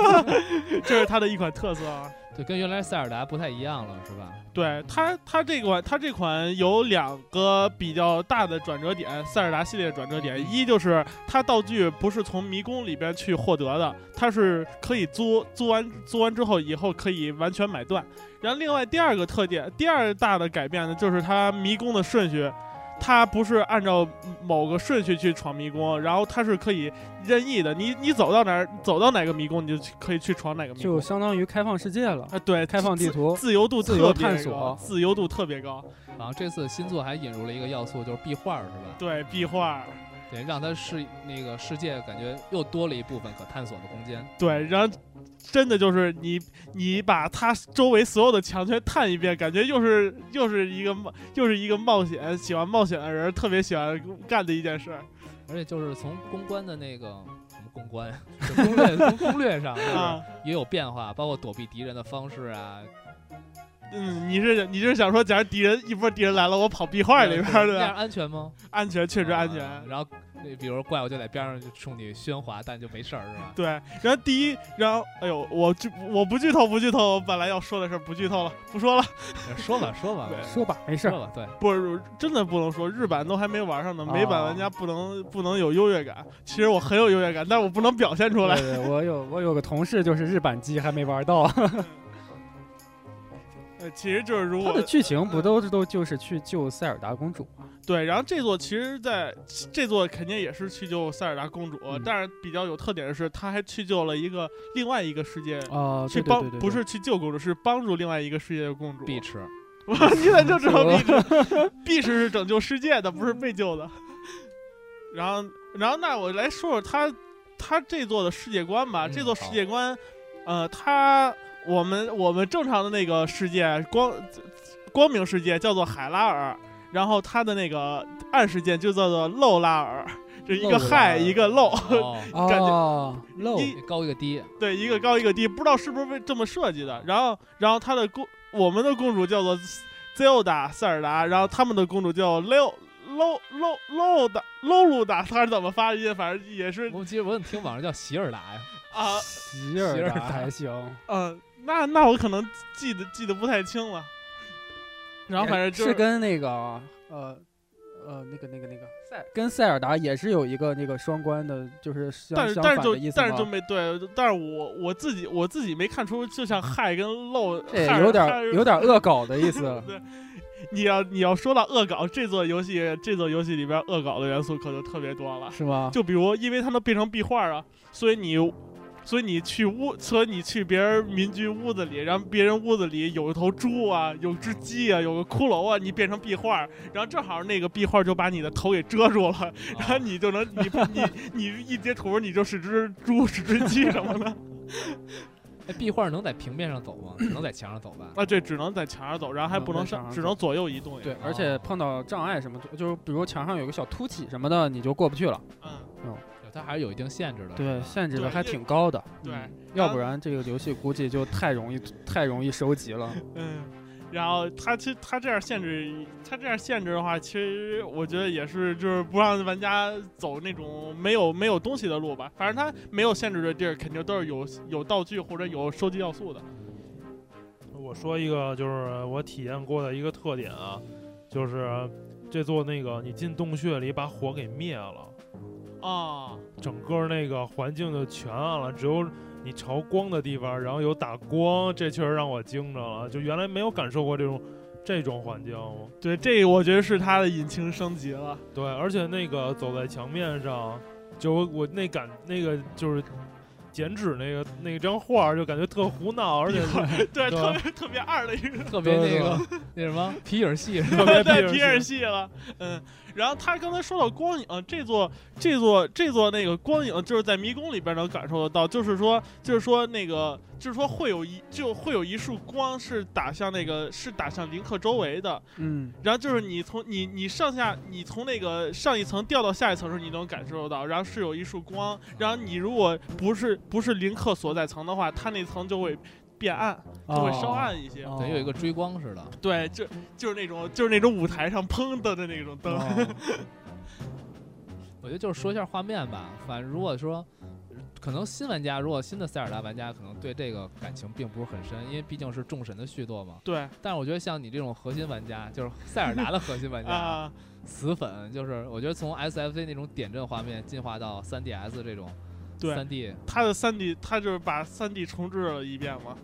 B: 这是它的一款特色啊。
C: 对，跟原来塞尔达不太一样了，是吧？
B: 对它，它这款它这款有两个比较大的转折点，塞尔达系列的转折点，一就是它道具不是从迷宫里边去获得的，它是可以租，租完租完之后以后可以完全买断。然后另外第二个特点，第二大的改变呢，就是它迷宫的顺序。它不是按照某个顺序去闯迷宫，然后它是可以任意的，你你走到哪儿走到哪个迷宫，你就去可以去闯哪个迷宫，
D: 就相当于开放世界了，
C: 嗯
B: 啊对，
D: 开放地
B: 自
D: 图。
B: 自由度
D: 自由
B: 特别
D: 探索
B: 高自由度特别高。
C: 然后这次新作还引入了一个要素，就是壁画，是吧？
B: 对，壁画，
C: 对，让它是那个世界感觉又多了一部分可探索的空间。
B: 对，然后真的就是你，你把它周围所有的墙全探一遍，感觉又是又是一个冒，又是一个冒险，喜欢冒险的人特别喜欢干的一件事儿
C: 而且就是从公关的那个什么公关呀， <laughs> 就攻略从攻略上就是
B: <laughs> 啊。
C: 也有变化，包括躲避敌人的方式啊，
B: 嗯，你是你是想说，假如敌人一波敌人来了，我跑壁画里边儿
C: 那样
B: 的，
C: 安全吗？
B: 安全确实安全。
C: 啊然后那比如怪物就在边上就冲你喧哗，但就没事儿是吧？
B: 对，然后第一，然后哎呦，我剧我不剧透不剧透，我本来要说的事儿不剧透了，不说了。
C: 说吧说吧，
B: 对
D: 说吧，没事
C: 说
D: 儿，
C: 吧，对，
B: 不是，真的不能说，日版都还没玩上呢，美版玩
D: 啊
B: 家不能不能有优越感。其实我很有优越感，但是我不能表现出
D: 对
B: 来。
D: 对，我有我有个同事就是日版机还没玩到，
B: 呃，其实就是如
D: 它
B: 果
D: 的剧情
C: 嗯
D: 不都都就是去救塞尔达公主吗？
B: 对，然后这座其实在这座肯定也是去救塞尔达公主，
D: 嗯
B: 但是比较有特点的是，他还去救了一个另外一个世界，
D: 啊，
B: 去
D: 对
B: 帮
D: 对对，对
B: 不是去救公主，是帮助另外一个世界的公主。
C: 必吃。
B: <laughs> 我你咋就知道壁纸？壁纸是拯救世界的，不是被救的。然后，然后那我来说说他他这座的世界观吧。
C: 嗯
B: 这座世
C: 好
B: 界观，呃，他我们我们正常的那个世界光光明世界叫做海拉尔，然后他的那个暗世界就叫做漏拉尔，这一个
C: 漏拉尔
B: 嗨一个漏，
C: 哦，
B: 感觉
D: 哦，漏
B: 一
C: 高一个低，
B: 对，一个高一个低，不知道是不是为这么设计的。然后，然后他的公，我们的公主叫做 Zelda 塞尔达，然后他们的公主叫 Leo Lo Lo Lo 的 Lo Lu 的，他是怎么发音？反正也是
C: 我记得我怎么听网上叫席尔达呀？
B: 啊，
D: 吉尔
C: 达
D: 达还行，
B: 嗯、那那我可能记得记得不太清了。然后反正就是
D: 跟那个呃呃那个那个那个塞跟塞尔达也是有一个那个双关的，就是
B: 但
D: 相
B: 是
D: 相
B: 但
D: 反
B: 是就
D: 的意思
B: 但是就
D: 吗？
B: 没对，但是我我自己我自己没看出，就像嗨跟漏，
D: 这
B: 嗨
D: 有点
B: 嗨
D: 有 <laughs> 点恶搞的意思 <laughs> 了。
B: <laughs> 对，你要你要说到恶搞，这座游戏这座游戏里边恶搞的元素可就特别多了。
D: 是吗？
B: 就比如，因为它能变成壁画啊，所以你，所以你去屋，所以你去别人民居屋子里，然后别人屋子里有一头猪啊，有只鸡啊，有个骷髅啊，你变成壁画，然后正好那个壁画就把你的头给遮住了，然
C: 哦
B: 后你就能你 <laughs> 你你一截图你就是只猪，是只鸡什么 <laughs> 的。
C: 哎，壁画能在平面上走吗？能在墙上走吧？
B: 啊，对，只能在墙上走，然后还不能上，只能左右移动。
D: 对，而且碰到障碍什么，就就是比如墙上有个小凸起什么的，你就过不去了。
B: 嗯。
C: 它还是有一定限制的。
D: 对，限制
B: 对
D: 的还
B: 这
D: 挺高的。
B: 对
D: 嗯
B: 然
D: 要
B: 后
D: 不然这个游戏估计就太容易太容易收
B: <laughs>
D: 集了。
B: 嗯，然后他其实他这样限制，他这样限制的话，其实我觉得也是就是不让玩家走那种没有没有东西的路吧。反正他没有限制的地儿，肯定都是有有道具或者有收集要素的。
A: 我说一个，就是我体验过的一个特点啊，就是这座那个你进洞穴里把火给灭了，
B: 啊
A: 整个那个环境就全暗了，只有你朝光的地方，然后有打光，这确实让我惊着了。就原来没有感受过这种这种环境，
B: 对，这我觉得是它的引擎升级了。 <laughs>
A: 对，而且那个走在墙面上，就我我那感那个就是剪纸那个那张画儿，就感觉特胡闹，
D: <laughs>
A: 而且
B: 对，
A: 对
B: 特别特别二的一个，
C: 特别那
A: 对
C: 个那什么皮影戏是吧？
A: 特
B: <laughs>
A: 别
B: 对皮
A: 皮
B: 尔
A: 尔西
B: 系了。嗯，然后他刚才说到光影，呃这座这座这座那个光影，呃就是在迷宫里边能感受得到，就是说就是说那个就是说会有一就会有一束光是打向那个是打向林克周围的，
D: 嗯，
B: 然后就是你从你你上下你从那个上一层掉到下一层的时候，你能感受到，然后是有一束光，然后你如果不是不是林克所在层的话，它那层就会变暗，就会
D: 哦
B: 稍暗一些。
C: 对，有一个追光似的。
B: 对，就就是那种就是那种舞台上砰的的那种
D: 哦
B: 灯。
C: 我觉得就是说一下画面吧，反正如果说，可能新玩家，如果新的塞尔达玩家，可能对这个感情并不是很深，因为毕竟是众神的续作嘛。
B: 对
C: 但是我觉得像你这种核心玩家，就是塞尔达的核心玩家，
B: <laughs> 啊，
C: 死粉，就是我觉得从 SFC 那种点阵画面进化到 3DS 这种
B: 对 <laughs>
C: 3D，
B: 他的三 D 他就是把三 D 重置了一遍嘛。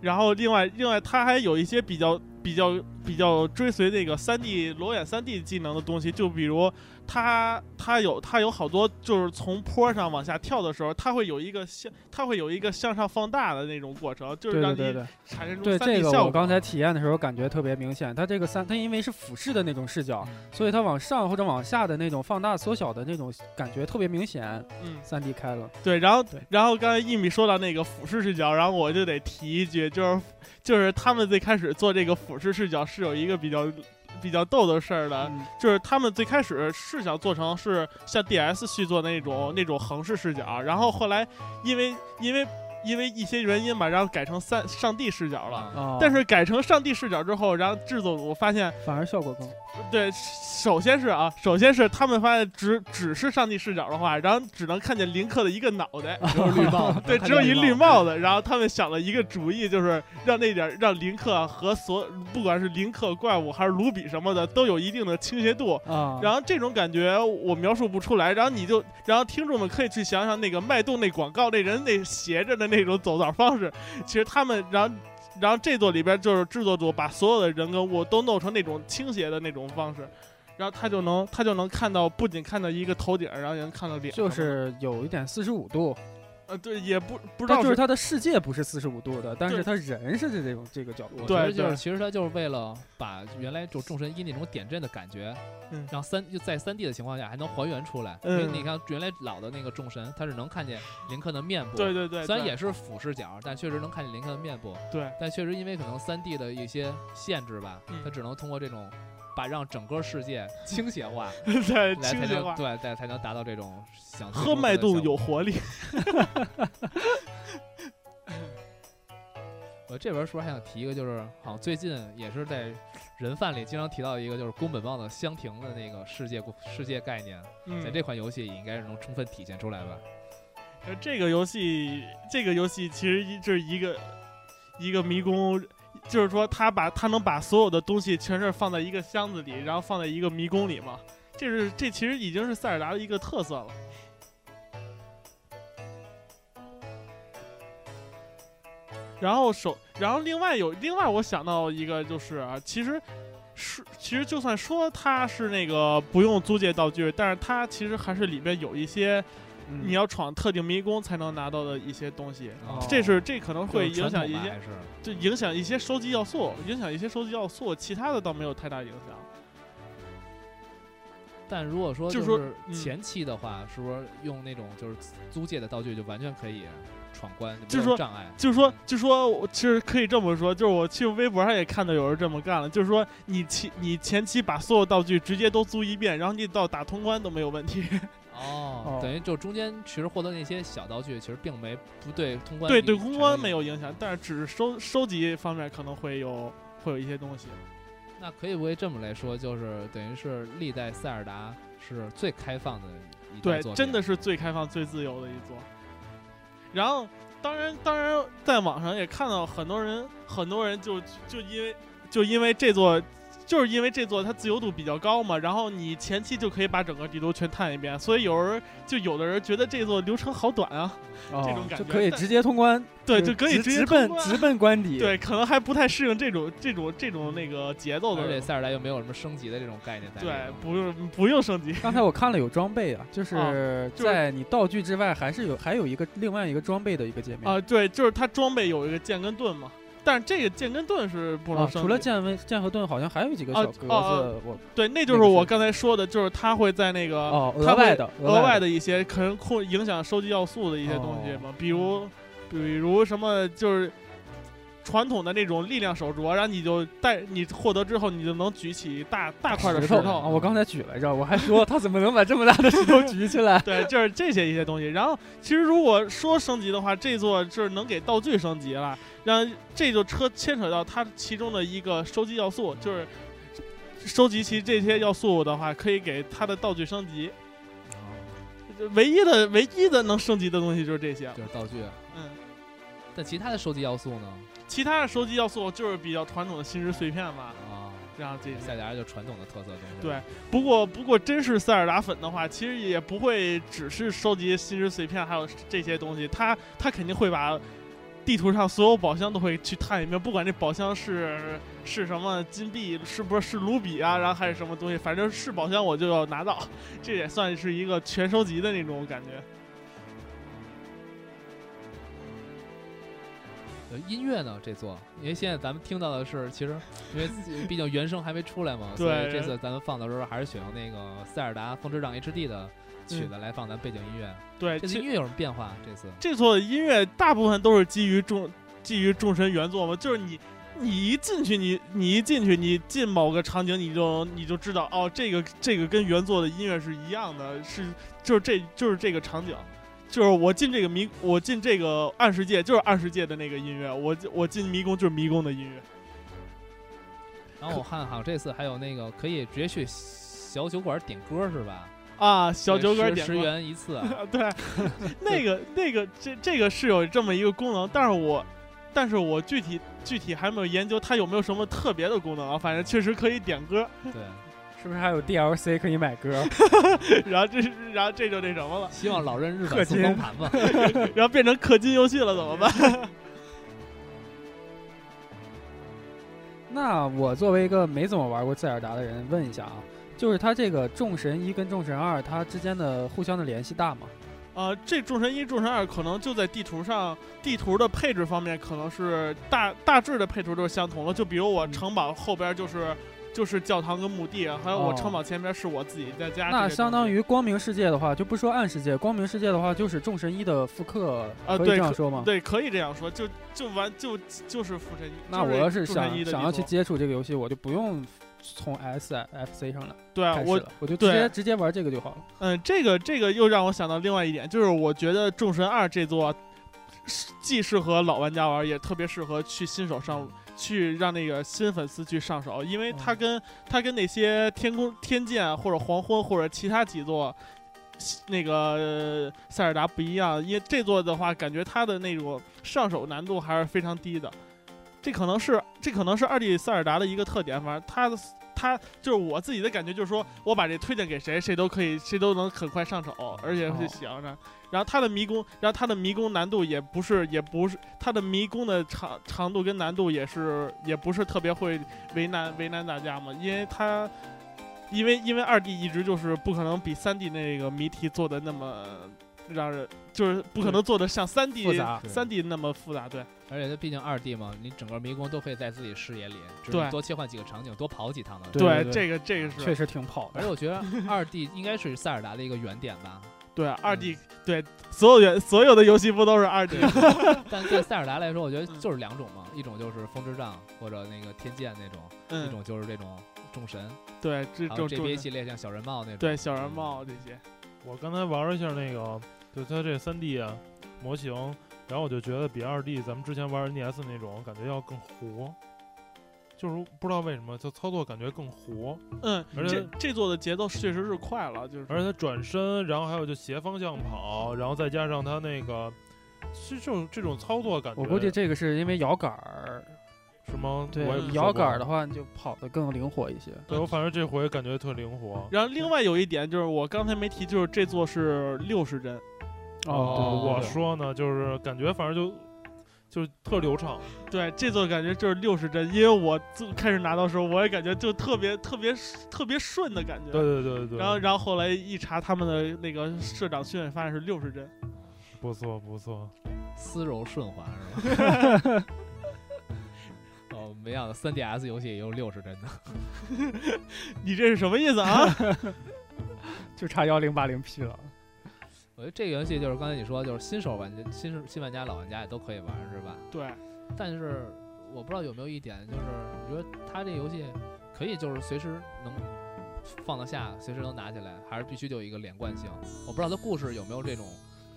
B: 然后另外另外他还有一些比较比较比较追随那个三 D 裸眼三 D 技能的东西，就比如他他有他有好多就是从坡上往下跳的时候，他会有一个向他会有一个向上放大的那种过程，就是
D: 对
B: 让
D: 对
B: 你
D: 对对
B: 产生出
D: 对，
B: 三
D: 这
B: D
D: 个
B: 效果。
D: 我
B: 啊
D: 刚才体验的时候感觉特别明显。它这个三，它因为是俯视的那种视角，
B: 嗯
D: 所以它往上或者往下的那种放大缩小的那种感觉特别明显。
B: 嗯，
D: 三 D 开了，
B: 对，然后
D: 对
B: 然后刚才一米说到那个俯视视角，然后我就得提一句，就是就是他们最开始做这个俯视视角是有一个比较比较逗的事儿的，
D: 嗯
B: 就是他们最开始是想做成是像 DS 去做那种那种横式视角，然后后来因为因为因为一些原因吧，然后改成三上帝视角了。
C: 啊，
D: 哦
B: 但是改成上帝视角之后，然后制作组发现，
D: 反而效果更
B: 对，首先是啊，首先是他们发现只只是上帝视角的话，然后只能看见林克的一个脑袋，
C: 只有绿帽子，
B: 对，
C: 看
B: 只有
C: 见
B: 一绿
C: 绿
B: 帽子。然后他们想了一个主意，就是让那点儿让林克啊和所不管是林克怪物还是卢比什么的，都有一定的倾斜度。
D: 啊。
B: 然后这种感觉我描述不出来，然后你就，然后听众们可以去想想那个脉动那广告那人那斜着的那种走道方式，其实他们，然后，然后这座里边就是制作组把所有的人跟物都弄成那种倾斜的那种方式，然后他就能他就能看到，不仅看到一个头顶，然后也能看到脸，
D: 就是有一点四十五度，
B: 呃对，也不不知
D: 但
B: 道
D: 就是它的世界不是四十五度的，但是
B: 对
D: 它人是这种这个角度
C: 我
B: 对
C: 觉得就是，
B: 对
C: 其实他就是为了把原来就众神一那种点阵的感觉，
B: 嗯
C: 让三就在三 D 的情况下还能还原出来。因为你看原来老的那个众神，他是能看见林克的面部，
B: 对对对，
C: 虽然
B: 对
C: 也是俯视角，但确实能看见林克的面部。
B: 对，
C: 但确实因为可能三 D 的一些限制吧，
B: 嗯
C: 他只能通过这种把让整个世界倾斜化，
B: 在
C: 来才
B: <laughs> 倾斜
C: 能
B: 化，
C: 对，才才能达到这种想最
B: 喝
C: 终的
B: 脉
C: 效
B: 动
C: 果
B: 有活力，
C: 我这边说还想提一个，就是好像最近也是在人贩里经常提到一个，就是宫本茂的香亭的那个世界故世界概念，在
B: 嗯
C: 这款游戏也应该是能充分体现出来吧。
B: 呃，这个游戏，这个游戏其实一就是一个一个迷宫，就是说它把它能把所有的东西全是放在一个箱子里，然后放在一个迷宫里嘛。这是这其实已经是塞尔达的一个特色了。然后手，然后另外有另外我想到一个就是啊，其实是其实就算说它是那个不用租借道具，但是它其实还是里边有一些
D: 嗯
B: 你要闯特定迷宫才能拿到的一些东西，
D: 哦
B: 这是这可能会
C: 就是
B: 影响
C: 传
B: 一
C: 统吧
B: 些，
C: 还是
B: 就影响一些收集要素，影响一些收集要素，其他的倒没有太大影响。
C: 但如果说
B: 就是
C: 就
B: 说
C: 是
B: 嗯
C: 前期的话，是不是用那种就是租借的道具就完全可以闯关，
B: 就是
C: 没有
B: 说
C: 障碍？
B: 就是说，就说我其实可以这么说，就是我去微博上也看到有人这么干了，就是说你前你前期把所有道具直接都租一遍，然后你到打通关都没有问
C: <laughs>
B: 题。
C: 哦
D: 哦，
C: 等于就中间其实获得那些小道具，其实并没不对通关
B: 对
C: 有
B: 对，通
C: 产
B: 关
C: 生
B: 没有影响，但是只是收收集方面可能会有会有一些东西。
C: 那可以不会这么来说，就是等于是历代塞尔达是最开放的一代
B: 对
C: 作品，
B: 真的是最开放、最自由的一座。然后，当然，当然，在网上也看到很多人，很多人就就因为就因为这座就是因为这座它自由度比较高嘛，然后你前期就可以把整个地图全探一遍，所以有人就有的人觉得这座流程好短啊，
D: 哦
B: 这种感
D: 就
B: 觉
D: 可以
B: 但
D: 直接通关，
B: 对，就
D: 就
B: 可以
D: 直
B: 直接
D: 直奔
B: 通关
D: 直奔关底。，
B: 对，可能还不太适应这种这种这种那个节奏的
C: 而且
B: 人，
C: 塞尔达又没有什么升级的这种概念在里面。
B: 对，不用不用升级，
D: 刚才我看了有装备啊，就是
B: 就是
D: 在你道具之外，还是有还有一个另外一个装备的一个界面
B: 啊，对，就是它装备有一个剑跟盾嘛，但是这个剑跟盾是不能
D: 啊
B: 升级的、
D: 除了剑温剑和盾，好像还有几个
B: 啊
D: 小格子，
B: 哦哦
D: 我
B: 对，那就
D: 那
B: 是
D: 个是
B: 我刚才说的，就是它会在那个
D: 哦
B: 它
D: 额
B: 会
D: 外的
B: 额外
D: 的
B: 的一哦些可能控影响收集要素的一些东西嘛，比如比如什么就是传统的那种力量手镯，然后你就带你获得之后，你就能举起大大块的石
D: 头
B: 头
D: 啊！我刚才举来着，我还说他怎么能把这么大的石头举起来？ <laughs>
B: 对，就是这些一些东西。然后，其实如果说升级的话，这座就是能给道具升级了，让这就车牵扯到它其中的一个收集要素，就是收集齐这些要素的话，可以给它的道具升级。就唯一的唯一的能升级的东西就是这些，
C: 就是道具。
B: 嗯，
C: 但其他的收集要素呢？
B: 其他的收集要素就是比较传统的心之碎片嘛，
C: 啊，
B: 然后这些。
C: 塞尔达就传统的特色东西。
B: 对，不过不过，真是塞尔达粉的话，其实也不会只是收集心之碎片，还有这些东西，他他肯定会把地图上所有宝箱都会去探一遍，不管这宝箱是是什么金币，是不是是卢比啊，然后还是什么东西，反正是宝箱我就要拿到，这也算是一个全收集的那种感觉。
C: 呃，音乐呢？这座，因为现在咱们听到的是，其实因为毕竟原声还没出来嘛，所以
B: 对
C: 这次咱们放的时候还是选用那个塞尔达风之杖 HD 的曲子来放咱背景音乐。
B: 对，
C: 这次
B: 嗯其
C: 音乐有什么变化？这次
B: 这座的音乐大部分都是基于众基于众神原作嘛，就是你你一进去，你你一进去，你进某个场景，你就你就知道哦，这个这个跟原作的音乐是一样的，是就是这就是这个场景。就是我进这个迷，我进这个暗世界，就是暗世界的那个音乐；我进我进迷宫，就是迷宫的音乐。
C: 然后我看好像这次还有那个可以直接去小酒馆点歌是吧？
B: 啊，小酒馆
C: 十
B: 点
C: 十
B: 歌
C: 元一
B: <laughs>
C: 次，
B: 啊，对，那个那个这这个是有这么一个功能，但是我但是我具体具体还没有研究它有没有什么特别的功能啊，反正确实可以点歌， <laughs>
C: 对，
D: 是不是还有 DLC 可以买歌？
B: 然后这然后这就那什么了，
C: 希望老任日
D: 氪
C: 本送
D: 金
B: <laughs>
C: 光盘吧。
B: 然后变成氪金游戏了怎么办？
D: <laughs>
B: <laughs>
D: 那我作为一个没怎么玩过塞尔达的人，问一下啊，就是它这个众神一跟众神二，它之间的互相的联系大吗？
B: 啊，这众神一、众神二可能就在地图上，地图的配置方面可能是大大致的配图都是相同的。就比如我城堡后边就是就是教堂跟墓地，啊还有我
D: 哦
B: 城堡前边是我自己在啊家这些东西。
D: 那相当于光明世界的话，就不说暗世界，光明世界的话就是众神一的复刻，
B: 啊
D: 可
B: 对
D: 以这样
B: 可
D: 说吗？
B: 对，可以这样说，就就完就就是附身一。
D: 那
B: 就
D: 我要是
B: 附身
D: 想
B: 一的
D: 想
B: 地
D: 要去
B: 图
D: 接触这个游戏，我就不用从 S F C 上来
B: 对啊
D: 开始
B: 我
D: 了，我就直接
B: 对
D: 直接玩这个就好了。
B: 嗯，这个这个又让我想到另外一点，就是我觉得《众神二》这座是既适合老玩家玩，也特别适合去新手上去让那个新粉丝去上手，因为它
D: 嗯
B: 跟、它跟那些天空天剑啊或者黄昏或者其他几座。那个呃塞尔达不一样，因为这座的话，感觉它的那种上手难度还是非常低的。这可能是这可能是二 D 塞尔达的一个特点，反正它的它就是我自己的感觉，就是说我把这推荐给谁，谁都可以，谁都能很快上手，而且
D: 哦
B: 是喜欢上。然后它的迷宫，然后它的迷宫难度也不是，也不是它的迷宫的长长度跟难度也是，也不是特别会为难为难大家嘛，因为它。因为因为二 D 一直就是不可能比三 D 那个谜题做的那么让人，就是不可能做的像三 D
D: 复杂
B: 三 D 那么复杂，对。
C: 而且它毕竟二 D 嘛，你整个迷宫都可以在自己视野里，只是
B: 对
C: 你多切换几个场景，多跑几趟的。
D: 对对
B: 这个这个是
D: 确实挺跑
C: 而
D: 的
C: 且。我觉得二 D 应该是塞尔达的一个原点吧，
B: 对
A: 嗯
B: 二 D 对所有原所有的游戏不都是二 D？ <laughs>
C: 但对塞尔达来说，我觉
B: 嗯
C: 得就是两种嘛，一种就是风之杖或者那个天剑那种，一
B: 嗯，
C: 种就是这种众神，
B: 对这
C: 还有
B: 种
C: GBA
B: 种
C: 系列像小人帽那种。
B: 对小人帽这些，
A: 我刚才玩了一下那个，就它这三 D 啊模型，然后我就觉得比二 D 咱们之前玩 NDS 那种感觉要更活，就是不知道为什么，就操作感觉更活，
B: 嗯，
A: 而
B: 这
A: 且
B: 这座的节奏确实是快了，就是
A: 而且它转身，然后还有就斜方向跑，然后再加上它那个，其实就是这种操作感觉。
D: 我估计这个是因为摇杆儿
A: 什么
D: 对
A: 我也不，
D: 摇杆儿的
A: 的。
D: 话，你就跑得更灵活一些。
A: 对我反正这回感觉特灵活，
B: 然后另外有一点就是我刚才没提，就是这座是六十帧，
D: 哦
A: 我说呢，就是感觉反正就就特流畅，
B: 对，这座感觉就是六十帧，因为我最开始拿到的时候，我也感觉就特别特别特别顺的感觉。
A: 对对对对对，
B: 然后，然后后来一查他们的那个社长训练，发现是六十帧。
A: 不错不错，
C: 丝柔顺滑是吧？ <laughs> 哦，没想到 3DS 游戏也有六十帧的。
B: 你这是什么意思啊？ <laughs>
D: 就差幺零八零 P 了。
C: <laughs> 我觉得这个游戏就是刚才你说，就是新手玩家、新手新玩家、老玩家也都可以玩，是吧？
B: 对，
C: 但是我不知道有没有一点，就是你觉得它这游戏可以就是随时能放得下，随时能拿起来，还是必须得有一个连贯性？我不知道它故事有没有这种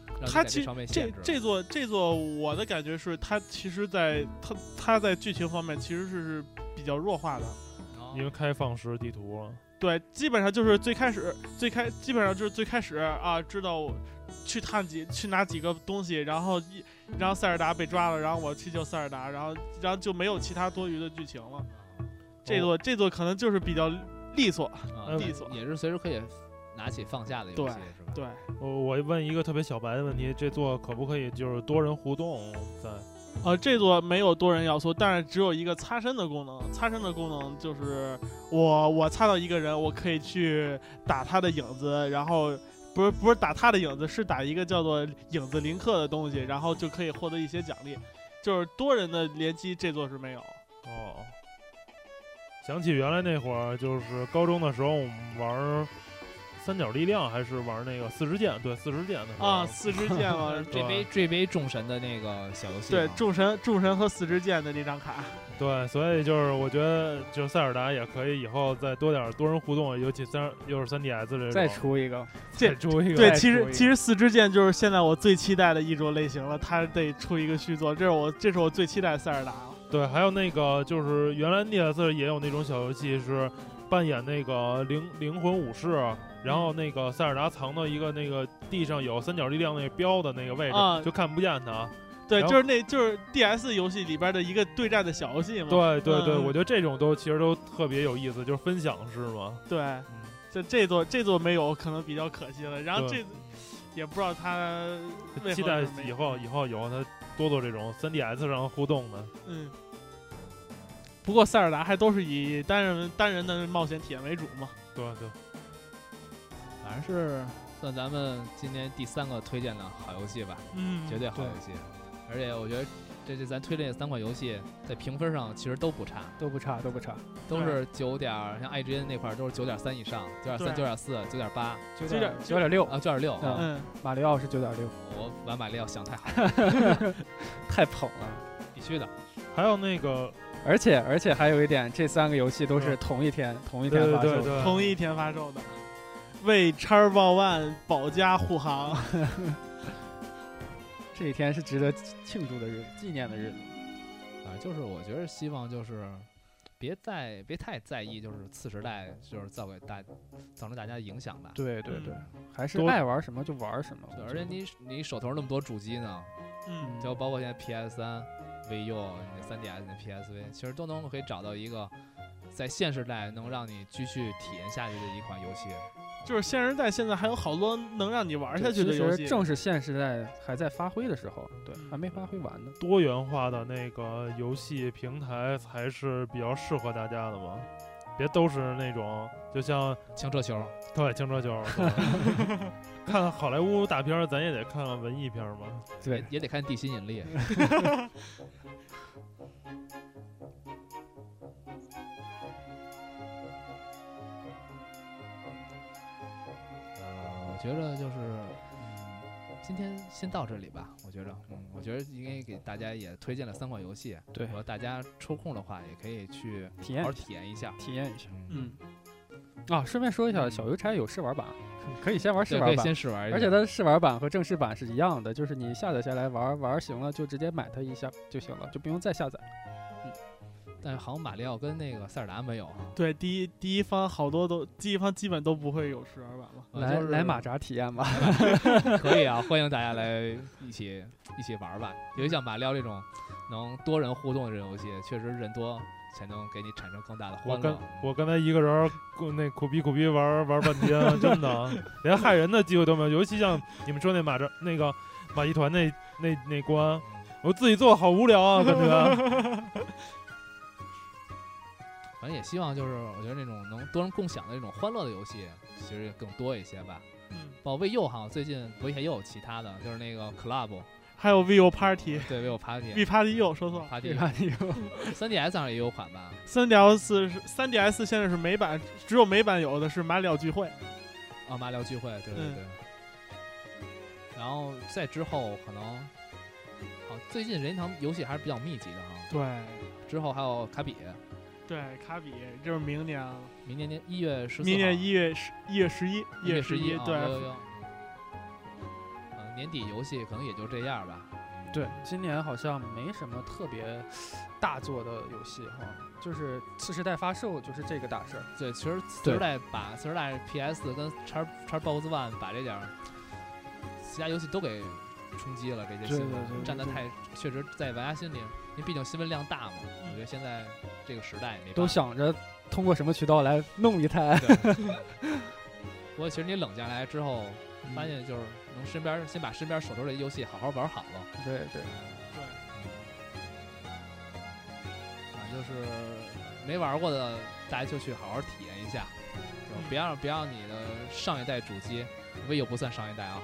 C: 让你
B: 它
C: 在
B: 其
C: 这
B: 实
C: 方面
B: 这
C: 限制。
B: 这座这座，我的感觉是它其实在它它在剧情方面其实是是比较弱化的。
C: 哦
A: 因为开放式地图啊了，
B: 对，基本上就是最开始最开基本上就是最开始啊，知道我去探几去拿几个东西，然后一然后塞尔达被抓了，然后我去救塞尔达，然后然后就没有其他多余的剧情了。
C: 哦
B: 这座、这座可能就是比较利索，
C: 啊
A: 嗯
B: 利索
C: 也是随时可以拿起放下的游
B: 对
C: 戏，是吧？
B: 对。
A: 我我问一个特别小白的问题，这座可不可以就是多人互动在？
B: 呃，这座没有多人要素，但是只有一个擦身的功能。擦身的功能就是我我擦到一个人，我可以去打他的影子，然后不是不是打他的影子，是打一个叫做影子林克的东西，然后就可以获得一些奖励。就是多人的联机，这座是没有。
A: 哦，想起原来那会儿，就是高中的时候，我们玩儿三角力量还是玩儿那个四支箭，对四支箭的时候
B: 啊，四支箭嘛，
C: 追
A: 对
C: 杯追杯众神的那个小游戏嘛，
B: 对，众神众神和四支箭的那张卡，
A: 对，所以就是我觉得，就是塞尔达也可以以后再多点儿多人互动，尤其三又是三 DS 这种，
D: 再出一个，
A: 再出一个，
B: 对，
D: 太
B: 其
D: 出
B: 实
D: 名
B: 其实四支箭就是现在我最期待的一种类型了，它得出一个续作，这是我这是我最期待的塞尔达了。
A: 对，还有那个就是原来 NDS 也有那种小游戏是扮演那个灵灵魂武士，然
B: 嗯
A: 后那个塞尔达藏到一个那个地上有三角力量那个标的那个位置，
B: 啊
A: 就看不见它。
B: 对，
A: 然
B: 就
A: 后
B: 是那就是 DS 游戏里边的一个对战的小游戏嘛。
A: 对对对，
B: 嗯
A: 我觉得这种都其实都特别有意思，就是分享式嘛。
B: 对，
A: 嗯，
B: 就这座这座没有，可能比较可惜了。然后
A: 对
B: 这也不知道它为何
A: 期待
B: 是没有
A: 以后以后有它多做这种 3DS 上互动的。
B: 嗯。不过塞尔达还都是以单人单人的冒险体验为主嘛。
A: 对对，
C: 反正是算咱们今天第三个推荐的好游戏吧，
B: 嗯，
C: 绝对好游戏。而且我觉得这这咱推荐的三款游戏在评分上其实都不差，
D: 都不差，都不差，
C: 都是
D: 嗯
C: 九点儿，像 IGN 那块儿都是九点三以上，九点三、九
B: 对
C: 点四、九点八
D: 九
B: 九点
D: 九点六，
C: 啊，九点六啊。
B: 嗯，
D: 马里奥是九点六，
C: 我玩买了要想太好，
D: 太捧了。
C: 必须的。
A: 还有那个
D: 而且而且还有一点，这三个游戏都是同一天同一
A: 对
D: 天
A: 对
D: 发售
A: 对
D: 的，
A: 对，
B: 同一天发售的，为叉 b o n 保驾护航。
D: 这一天是值得庆祝的日子，纪念的日子。
C: 反正就是我觉得希望就是别再别太在意，就是次时代就是造给大造成大家影响吧。
D: 对对
B: 嗯
D: 对，还是
A: 多
D: 爱玩什么就玩什么。
C: 对，
D: 我
C: 而
D: 觉
C: 且
D: 得
C: 你你手头那么多主机呢，
B: 嗯，
C: 就包括现在 PS 三、VU、你的 3DS、你的 PSV，其实都能可以找到一个在现时代能让你继续体验下去的一款游戏。
B: 就是现时代现在还有好多能让你玩下去的
D: 其
B: 游
D: 实
B: 戏。
D: 正是现时代还在发挥的时候，对
B: 嗯，
D: 还没发挥完呢。
A: 多元化的那个游戏平台才是比较适合大家的嘛，别都是那种就像
C: 清澈球，
A: 对轻车球，对看好莱坞大片儿，咱也得看看文艺片儿嘛。
D: 对
C: 也，也得看地心引力。啊
D: <laughs>
C: 呃，我觉着就是，嗯，今天先到这里吧。我觉着，嗯，我觉得应该给大家也推荐了三款游戏，
D: 对
C: 我说大家抽空的话也可以去
D: 体
C: 好
D: 验
C: 好体验一下。
D: 体验一下。
C: 嗯，
D: 嗯，啊，顺便说一下，小邮差有试玩版，啊 <laughs> 可以先玩试
C: 对，可
D: 玩
C: 以
D: 版。
C: 先试玩一下。
D: 而且它的试玩版和正式版是一样的，就是你下载下来玩玩行了，就直接买它一下就行了，就不用再下载。
C: 但是好像马里奥跟那个塞尔达没有啊。
B: 对，第一第一方好多都第一方基本都不会有试玩版嘛。
C: 呃
D: 来
C: 就是
D: 来马扎体验吧。
C: 可以啊，欢迎大家来一起 <laughs> 一起玩儿吧。尤其像马里奥这种能多人互动的这种游戏，确实人多才能给你产生更大的
A: 我
C: 欢
A: 跟
C: 乐。
A: 我刚才一个人儿咕那苦逼苦逼玩儿玩儿半天，真 <laughs> 的连害人的机会都没有。尤其像你们说那马这那个马戏团那那那关，我自己做好无聊啊，感 <laughs> 觉。
C: 反正也希望就是，我觉得那种能多人共享的那种欢乐的游戏，其实更多一些吧。
B: 嗯，
C: 包括 VU 好像最近不是也有其他的，就是那个 Club
B: 还有 vivo Party。
C: 对 VU Party
B: V Party 又说错了
C: Party
D: 对吧？你
C: 3DS 上也有款吧？
B: ，3DS 是 3DS 现在是美版，只有美版有的是马里奥聚会。
C: 啊，马里奥聚会，对对
B: 嗯
C: 对。然后再之后可能，啊，最近任天堂游戏还是比较密集的哈、
B: 对
C: 之后还有卡比，
B: 对，卡比这是明年了，
C: 明年年一月十四，
B: 明年一月十一月十一，
C: 一月
B: 十
C: 一，啊
B: 对，
C: 有有有呃年底游戏可能也就这样吧。
D: 对，今年好像没什么特别大做的游戏哈，就是次世代发售就是这个大事儿。
C: 对，其实次
D: 对
C: 时代把次时代 PS 跟 x x Box One 把这点儿其他游戏都给冲击了，这
B: 对
C: 些新
B: 对对
C: 闻
B: 对
C: 占的
B: 对
C: 太，确实在玩家心里，因为毕竟新闻量大嘛。
B: 嗯
C: 我觉得现在这个时代没办法
D: 都想着通过什么渠道来弄一台。
C: 不过其实你冷下来之后，
B: 嗯
C: 发现就是能身边先把身边手头的游戏好好玩好了。
D: <laughs> 对对，
C: 啊，就是没玩过的，大家就去好好体验一下，
D: 嗯
C: 就别让别让你的上一代主机，vivo 不算上一
D: <laughs>
C: 代啊，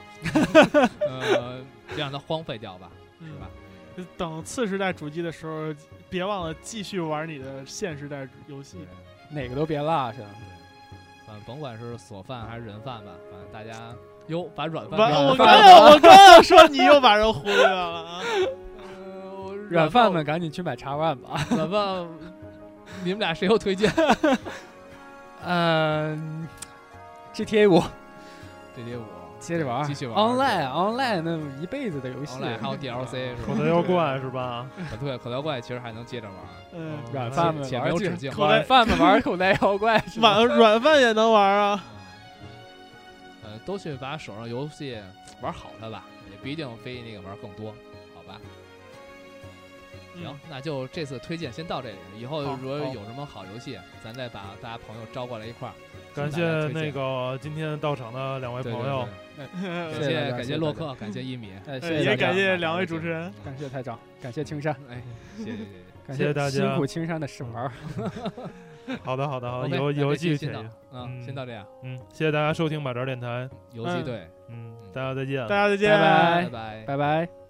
C: 呃，别让它荒废掉吧，是
B: 嗯
C: 吧？
B: 就等次时代主机的时候，别忘了继续玩你的现时代游戏。
D: 哪个都别落下。
C: 反正甭管是锁饭还是人饭吧，反正大家哟把软饭
B: 完，
C: 给
B: 我
C: 我
B: 刚要我刚要说你又把人忽略了啊！
C: 呃
D: 软饭们赶紧去买叉 One 吧。
C: 软饭，你们俩谁有推荐？ <laughs>
D: <laughs> 嗯，GTA 五
C: 这些我
D: 接着玩儿，
C: 继续玩儿
D: Online Online 那么一辈子的游戏。啊
C: online 还有 DLC 是
A: 口
C: 吧？
A: 袋妖怪是吧？
C: <laughs> 对，口袋怪其实还能接着玩儿，
B: 嗯，
D: 软饭们
C: 且
D: 玩
C: 没
D: 儿
C: 有
D: 去
C: 止境。
B: 口袋
D: 软 <laughs> 饭们玩儿口袋妖怪是吧？
B: 晚软饭也能玩
A: <laughs>
B: 啊。
C: 呃，都去把手上游戏玩好它吧，也不一定非那个玩更多，好吧？行，
B: 嗯，
C: 那就这次推荐先到这里，以后
B: 好
C: 如果
B: 好
C: 有什么好游戏，咱再把大家朋友招过来一块儿，
A: 感
C: 向大
A: 谢
C: 家推荐
A: 那个今天到场的两位
C: 对对
A: 朋友，
C: 对
D: 谢谢大
C: 感
D: 家
C: 谢
D: 谢
C: 感
D: 谢
C: 谢洛
D: 大
C: 克，感谢一米，
D: 哎，
B: 呃
D: 谢谢
B: 也
D: 大家
B: 感谢
C: 马
B: 两
C: 上
B: 位
C: 就
B: 主持人，
D: 感谢台长，感谢青山，
C: 哎，谢谢谢谢。
D: 感
A: 谢谢大家
D: 辛苦青山的手玩儿。
A: 好的好的好的，
C: OK，
A: 有
C: 那
A: 有
C: 这
A: 继
C: 期
A: 续
C: 先
A: 铁
C: 到
A: 一，
C: 嗯，
A: 嗯
C: 先到这样，
A: 嗯，谢谢大家收听马哲电台，
C: 游击
B: 嗯
C: 队，
A: <laughs> 嗯，大家再见
B: 大。家再见，
D: 拜拜
C: 拜拜。
D: 拜拜。